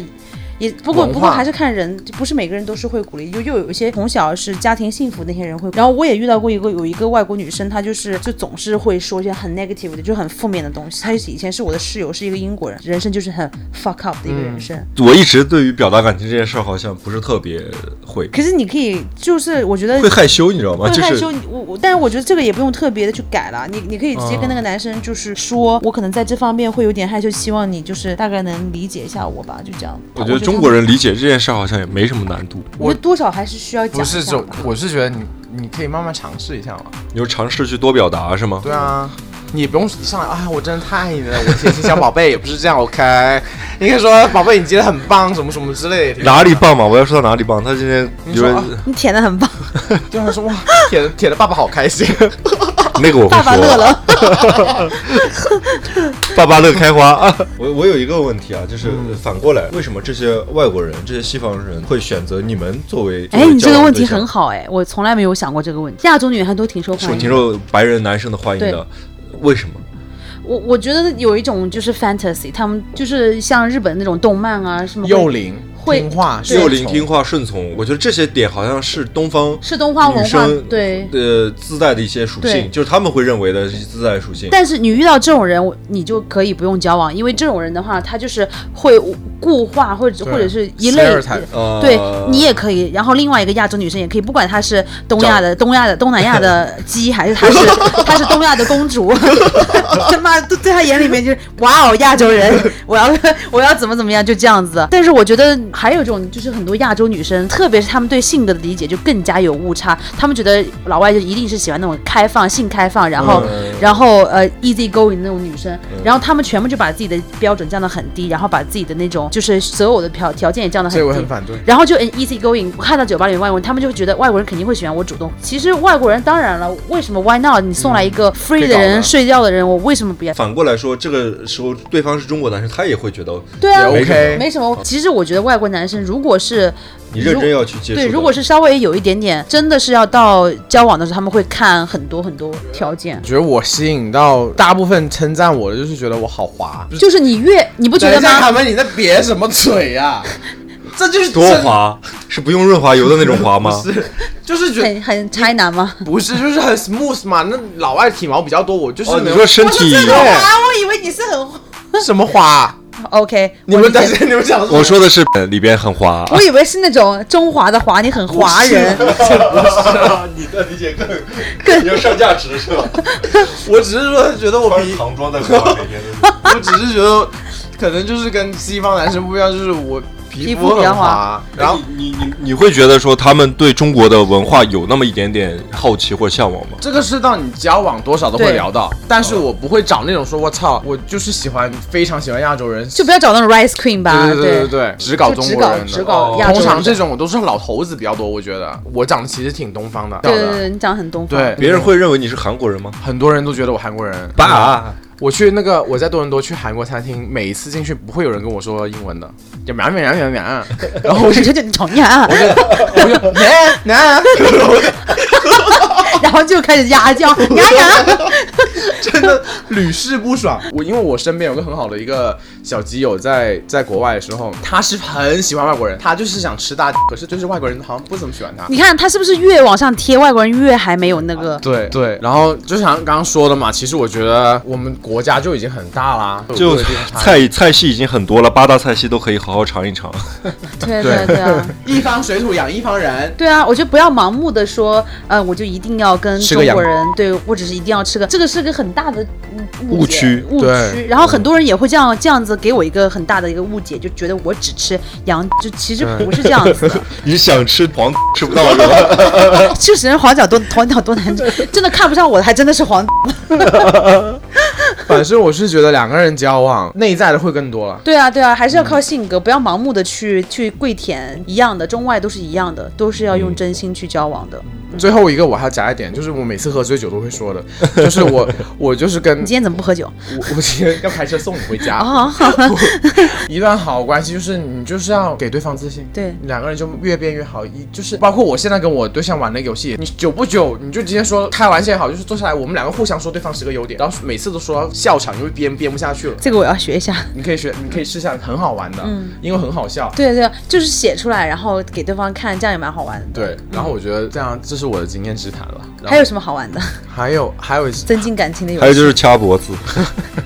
[SPEAKER 2] 也不过
[SPEAKER 1] 文化
[SPEAKER 2] 不过还是看人，不是每个人都是会鼓励，就又有一些从小是家庭幸福那些人会。然后我也遇到过一个有一个外国女生，她就是就总是会说一些很 negative 的，就很负面的东西。她以前是我的室友，是一个英国人，人生就是很 fuck up 的一个人生。
[SPEAKER 1] 嗯
[SPEAKER 3] 我一直对于表达感情这件事儿好像不是特别会，
[SPEAKER 2] 可是你可以，就是我觉得
[SPEAKER 3] 会害羞，你知道吗？
[SPEAKER 2] 会
[SPEAKER 3] 啊就
[SPEAKER 2] 害
[SPEAKER 3] 是
[SPEAKER 2] 羞，你我我，但是我觉得这个也不用特别的去改了，你你可以直接跟那
[SPEAKER 3] 啊
[SPEAKER 2] 个男生就是说，我可能在这方面会有点害羞，希望你就是大概能理解一下我吧，就这样。
[SPEAKER 3] 我觉得中国，人理解这件事儿好像也没什么难度，
[SPEAKER 2] 我觉得多少还是需要讲
[SPEAKER 1] 不
[SPEAKER 2] 一
[SPEAKER 1] 是
[SPEAKER 2] 下
[SPEAKER 1] 这
[SPEAKER 2] 吧，
[SPEAKER 1] 我是觉得你你可以慢慢尝试一下嘛。
[SPEAKER 3] 你就尝试去多表达是吗？
[SPEAKER 1] 对啊，你不用一上来啊，我真的太爱你了，我贴心小宝贝也不是这样，OK？应 <laughs> 该说宝贝你接的很棒，什么什么之类的。
[SPEAKER 3] 哪里棒嘛？我要说到哪里棒，他今天
[SPEAKER 1] 你
[SPEAKER 3] 有
[SPEAKER 1] 说
[SPEAKER 3] 人
[SPEAKER 1] 啊
[SPEAKER 2] 你舔的很棒，
[SPEAKER 1] 对啊他说哇，铁的铁的爸爸好开心。
[SPEAKER 3] 那个我会
[SPEAKER 2] 爸爸乐
[SPEAKER 3] 说，啊
[SPEAKER 2] 了。
[SPEAKER 3] 爸爸乐开花啊！ <laughs> 我我有一个问题啊，就是
[SPEAKER 2] 嗯
[SPEAKER 3] 反过来，为什么这些外国人、这些西方人会选择你们作为？
[SPEAKER 2] 哎，你这个问题很
[SPEAKER 3] 好，
[SPEAKER 2] 好哎，我从来没有想过这个问题。亚洲女孩都挺受
[SPEAKER 3] 是
[SPEAKER 2] 欢
[SPEAKER 3] 挺
[SPEAKER 2] 迎，
[SPEAKER 3] 受白人男生的欢迎
[SPEAKER 2] 对
[SPEAKER 3] 的，为什么？
[SPEAKER 2] 我我觉得有一种就是 fantasy，他们就是像日本那种动漫啊什么
[SPEAKER 1] <laughs>
[SPEAKER 2] 会
[SPEAKER 1] 幼龄、
[SPEAKER 2] 会
[SPEAKER 1] 听话、
[SPEAKER 2] 对
[SPEAKER 3] 幼龄、听话、顺从，我觉得这些点好像是东方
[SPEAKER 2] 是东方文
[SPEAKER 3] 女
[SPEAKER 2] 化
[SPEAKER 3] 生
[SPEAKER 2] 对。
[SPEAKER 3] 呃自带的一些属
[SPEAKER 2] 对
[SPEAKER 3] 性，就是他们会认为的自带属性。
[SPEAKER 2] 但是你遇到这种人，我你就可以不用交往，因为这种人的话，他就是会固化或者
[SPEAKER 1] 对
[SPEAKER 2] 或者是一类
[SPEAKER 1] stereotype
[SPEAKER 3] 呃，
[SPEAKER 2] 对你也可以，然后另外一个亚洲女生也可以，不管她是东亚的、东亚的、东南亚的鸡，还是她是她是东亚的公主，他妈都在她眼里面就是哇哦亚洲人，我要我要怎么怎么样就这样子。但是我觉得还有一种就是很多亚洲女生，特别是她们对性格的理解就更加有误差，她们觉得老外就一定是喜欢那种开放、性开放，然后、
[SPEAKER 3] 嗯
[SPEAKER 2] 然后呃 easy going 那种女生，
[SPEAKER 1] 嗯
[SPEAKER 2] 然后她们全部就把自己的标准降到很低，然后把自己的那种就是所有的条条件也降到很
[SPEAKER 1] 所以
[SPEAKER 2] 低。
[SPEAKER 1] 我很反对。
[SPEAKER 2] 然后就 an easy going，我看到酒吧里面外国人，他们就会觉得外国人肯定会喜欢我主动。其实外国人当然了，为什么 why not？你送来一个 free
[SPEAKER 1] 以
[SPEAKER 2] 的
[SPEAKER 1] 搞
[SPEAKER 2] 人、
[SPEAKER 1] 嗯的
[SPEAKER 2] 睡觉的人，我为什么不要？
[SPEAKER 3] 反过来说，这个时候对方是中国男生，他也会觉得
[SPEAKER 2] 对啊，
[SPEAKER 1] 也
[SPEAKER 3] 没什么
[SPEAKER 1] OK
[SPEAKER 2] 没什么。其实我觉得外国男生如果是
[SPEAKER 3] 你认真要去接触的。
[SPEAKER 2] 对，如果是稍微有一点点，真的是要到交往的时候，他们会看很多很多条件
[SPEAKER 1] 我。觉得我吸引到大部分称赞我 <laughs> 的，就是觉得我好滑。
[SPEAKER 2] 就是你越你不觉
[SPEAKER 6] 等
[SPEAKER 2] 得
[SPEAKER 6] 一下，
[SPEAKER 2] 吗？
[SPEAKER 1] 啊 <laughs>
[SPEAKER 6] 卡门，你在瘪什么嘴呀、这就是
[SPEAKER 3] 多，滑，是不用润滑油的那种滑吗？
[SPEAKER 6] 这是就是觉得
[SPEAKER 2] 很很 China 吗？
[SPEAKER 1] 不是，就是很 smooth 嘛。那老外体毛比较多，我就是
[SPEAKER 3] 哦，
[SPEAKER 1] 没
[SPEAKER 3] 你
[SPEAKER 1] 有
[SPEAKER 3] 说身体，
[SPEAKER 2] 啊，我以为你是很
[SPEAKER 1] 什么花啊、
[SPEAKER 2] OK，
[SPEAKER 1] 你
[SPEAKER 2] 我
[SPEAKER 1] 们
[SPEAKER 2] 理解
[SPEAKER 1] 但是你们讲什么
[SPEAKER 3] 我说的是呃里边很滑。
[SPEAKER 2] 我以为是那种中华的华，你很华人， <laughs>
[SPEAKER 3] 啊你的理解更更要上价值是
[SPEAKER 2] <laughs>
[SPEAKER 3] 吧？
[SPEAKER 1] <laughs> 我只是说觉得我比，
[SPEAKER 3] 唐装在国外每天都是。
[SPEAKER 1] 我只是觉得可能就是跟西方男生不一样，就是我皮
[SPEAKER 2] 皮
[SPEAKER 1] 肤
[SPEAKER 2] 肤比
[SPEAKER 1] 很
[SPEAKER 2] 较
[SPEAKER 1] 滑，然
[SPEAKER 3] 然后
[SPEAKER 1] 后。
[SPEAKER 3] 你你你会觉得说他们对中国的文化有那么一点点好奇或向往吗？
[SPEAKER 1] 这个是到你交往多少都会
[SPEAKER 2] 对
[SPEAKER 1] 聊到，但是我不会找那种说我操，我就是喜欢非常喜欢亚洲人，
[SPEAKER 2] 就不要找那种 Rice Queen 吧，
[SPEAKER 1] 对对对对对，只搞中国人的，
[SPEAKER 2] 只搞只搞
[SPEAKER 1] 哦
[SPEAKER 2] 亚洲
[SPEAKER 1] 通
[SPEAKER 2] 人
[SPEAKER 1] 常
[SPEAKER 2] 的
[SPEAKER 1] 这种我都是老头子比较多，我觉得我长得其实挺东方的，
[SPEAKER 2] 对对对，你讲得很东方，
[SPEAKER 1] 对
[SPEAKER 2] <laughs>
[SPEAKER 3] 别人会认为你是韩国人吗？
[SPEAKER 1] 很多人都觉得我韩国人。嗯
[SPEAKER 3] 爸，啊
[SPEAKER 1] 我去那个我在多伦多去韩国餐厅，每一次进去不会有人跟我说英文的，就 <laughs> 喵喵喵喵嗯喵，然后我就
[SPEAKER 2] 你就你吵 <laughs> 架，
[SPEAKER 1] 哎那
[SPEAKER 2] 然后就开始牙叫牙牙， <laughs>
[SPEAKER 1] 真的屡试不 <laughs> 爽。我因为我身边有个很好的一个小基友在在国外的时候，他是很喜欢外国人，他就是想吃大，可是就是外国人好像不怎么喜欢他。
[SPEAKER 2] 你看他是不是越往上贴，外国人越还没有那个。
[SPEAKER 1] 对对，然后就像刚刚说的嘛，其实我觉得我们国家就已经很大啦，有
[SPEAKER 3] 就
[SPEAKER 1] 各个地方差异
[SPEAKER 3] 菜菜系已经很多了，八大菜系都可以好好尝一尝。
[SPEAKER 2] 对
[SPEAKER 1] 对
[SPEAKER 2] 对对啊！
[SPEAKER 1] 一方水土养一方人，
[SPEAKER 2] 对啊，我觉得不要盲目的说，呃，我就一定要跟
[SPEAKER 1] 吃
[SPEAKER 2] 中
[SPEAKER 1] 个
[SPEAKER 2] 国
[SPEAKER 1] 洋
[SPEAKER 2] 人，对我只是一定要吃个，这个是个很大的嗯
[SPEAKER 3] 误
[SPEAKER 2] 解
[SPEAKER 3] 区
[SPEAKER 2] 误
[SPEAKER 1] 对
[SPEAKER 2] 区。然后很多人也会这样这样子给我一个很大的一个误解，就觉得我只吃羊，就其实不是这样
[SPEAKER 1] <laughs>
[SPEAKER 2] 子的。
[SPEAKER 3] <laughs> 你想吃黄 <laughs> 吃不到是吧？
[SPEAKER 2] 就是人黄脚多黄脚多难吃，真的看不上我的还真的是黄。
[SPEAKER 1] 反正我是觉得两个人交往，内在的会更多了。
[SPEAKER 2] 对啊对啊，还是要靠性格，不要盲目的去去跪舔，一样的，中外都是一样的，都是要
[SPEAKER 1] 嗯
[SPEAKER 2] 用真心去交往的。
[SPEAKER 1] 最后一个我还要加一点，就是我每次喝醉酒都会说的，就是我 <laughs> 我就是跟
[SPEAKER 2] 你今天怎么不喝 <laughs> 酒？
[SPEAKER 1] 我我今天要开车送你回家。
[SPEAKER 2] 啊、
[SPEAKER 1] 一段好关系就是你就是要给对方自信，
[SPEAKER 2] 对
[SPEAKER 1] 两个人就越变越好。一就是包括我现在跟我对象玩那个游戏，你久不久你就直接说开玩笑也好，就是坐下来我们两个互相说对方十个优点，然后每次都说到笑场，因为编编不下去了。
[SPEAKER 2] 这个我要学一下。
[SPEAKER 1] 你可以学，你可以试下，很好玩的，因为很好笑。
[SPEAKER 2] 对对，就是写出来，然后给对方看，这样也蛮好玩的。
[SPEAKER 1] 对，然后我觉得这样，这是我的经验之谈了。然后
[SPEAKER 2] 还有什么好玩的？ <laughs>
[SPEAKER 1] 还有还有
[SPEAKER 2] 增进感情的游戏。
[SPEAKER 3] 还有就是掐脖子，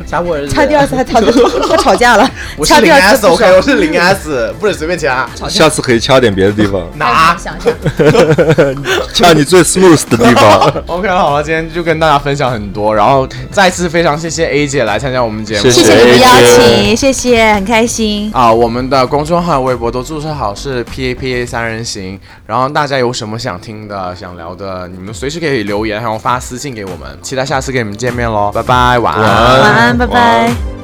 [SPEAKER 1] 掐脖子，
[SPEAKER 2] 掐第二次还吵，他吵架了，
[SPEAKER 1] 我是
[SPEAKER 2] 掐第
[SPEAKER 1] 零
[SPEAKER 2] 二次
[SPEAKER 1] S
[SPEAKER 2] 不
[SPEAKER 1] OK，我
[SPEAKER 2] 爽。
[SPEAKER 1] 是零 S，不能随便掐，
[SPEAKER 3] 下次可以掐点别的地方，
[SPEAKER 1] 拿。
[SPEAKER 2] 想一下，
[SPEAKER 3] 掐你最 smooth 的地方。
[SPEAKER 1] OK，好了，今天就跟大家分享很多，然后再次非常谢谢 A 姐来参加我们节目，
[SPEAKER 2] 谢谢
[SPEAKER 3] 谢
[SPEAKER 2] 你们邀
[SPEAKER 3] 谢
[SPEAKER 2] 请，谢谢，很开心。
[SPEAKER 1] 啊，我们的公众号、微博都注册好是 P A P A 三人行，然后大家有什么想听的、想聊的，你们随时可以留言，然后发私信给我们，期待下次跟你们见面喽，拜拜，晚
[SPEAKER 3] 晚安
[SPEAKER 2] 晚安，拜
[SPEAKER 3] 晚
[SPEAKER 2] 拜
[SPEAKER 3] 安。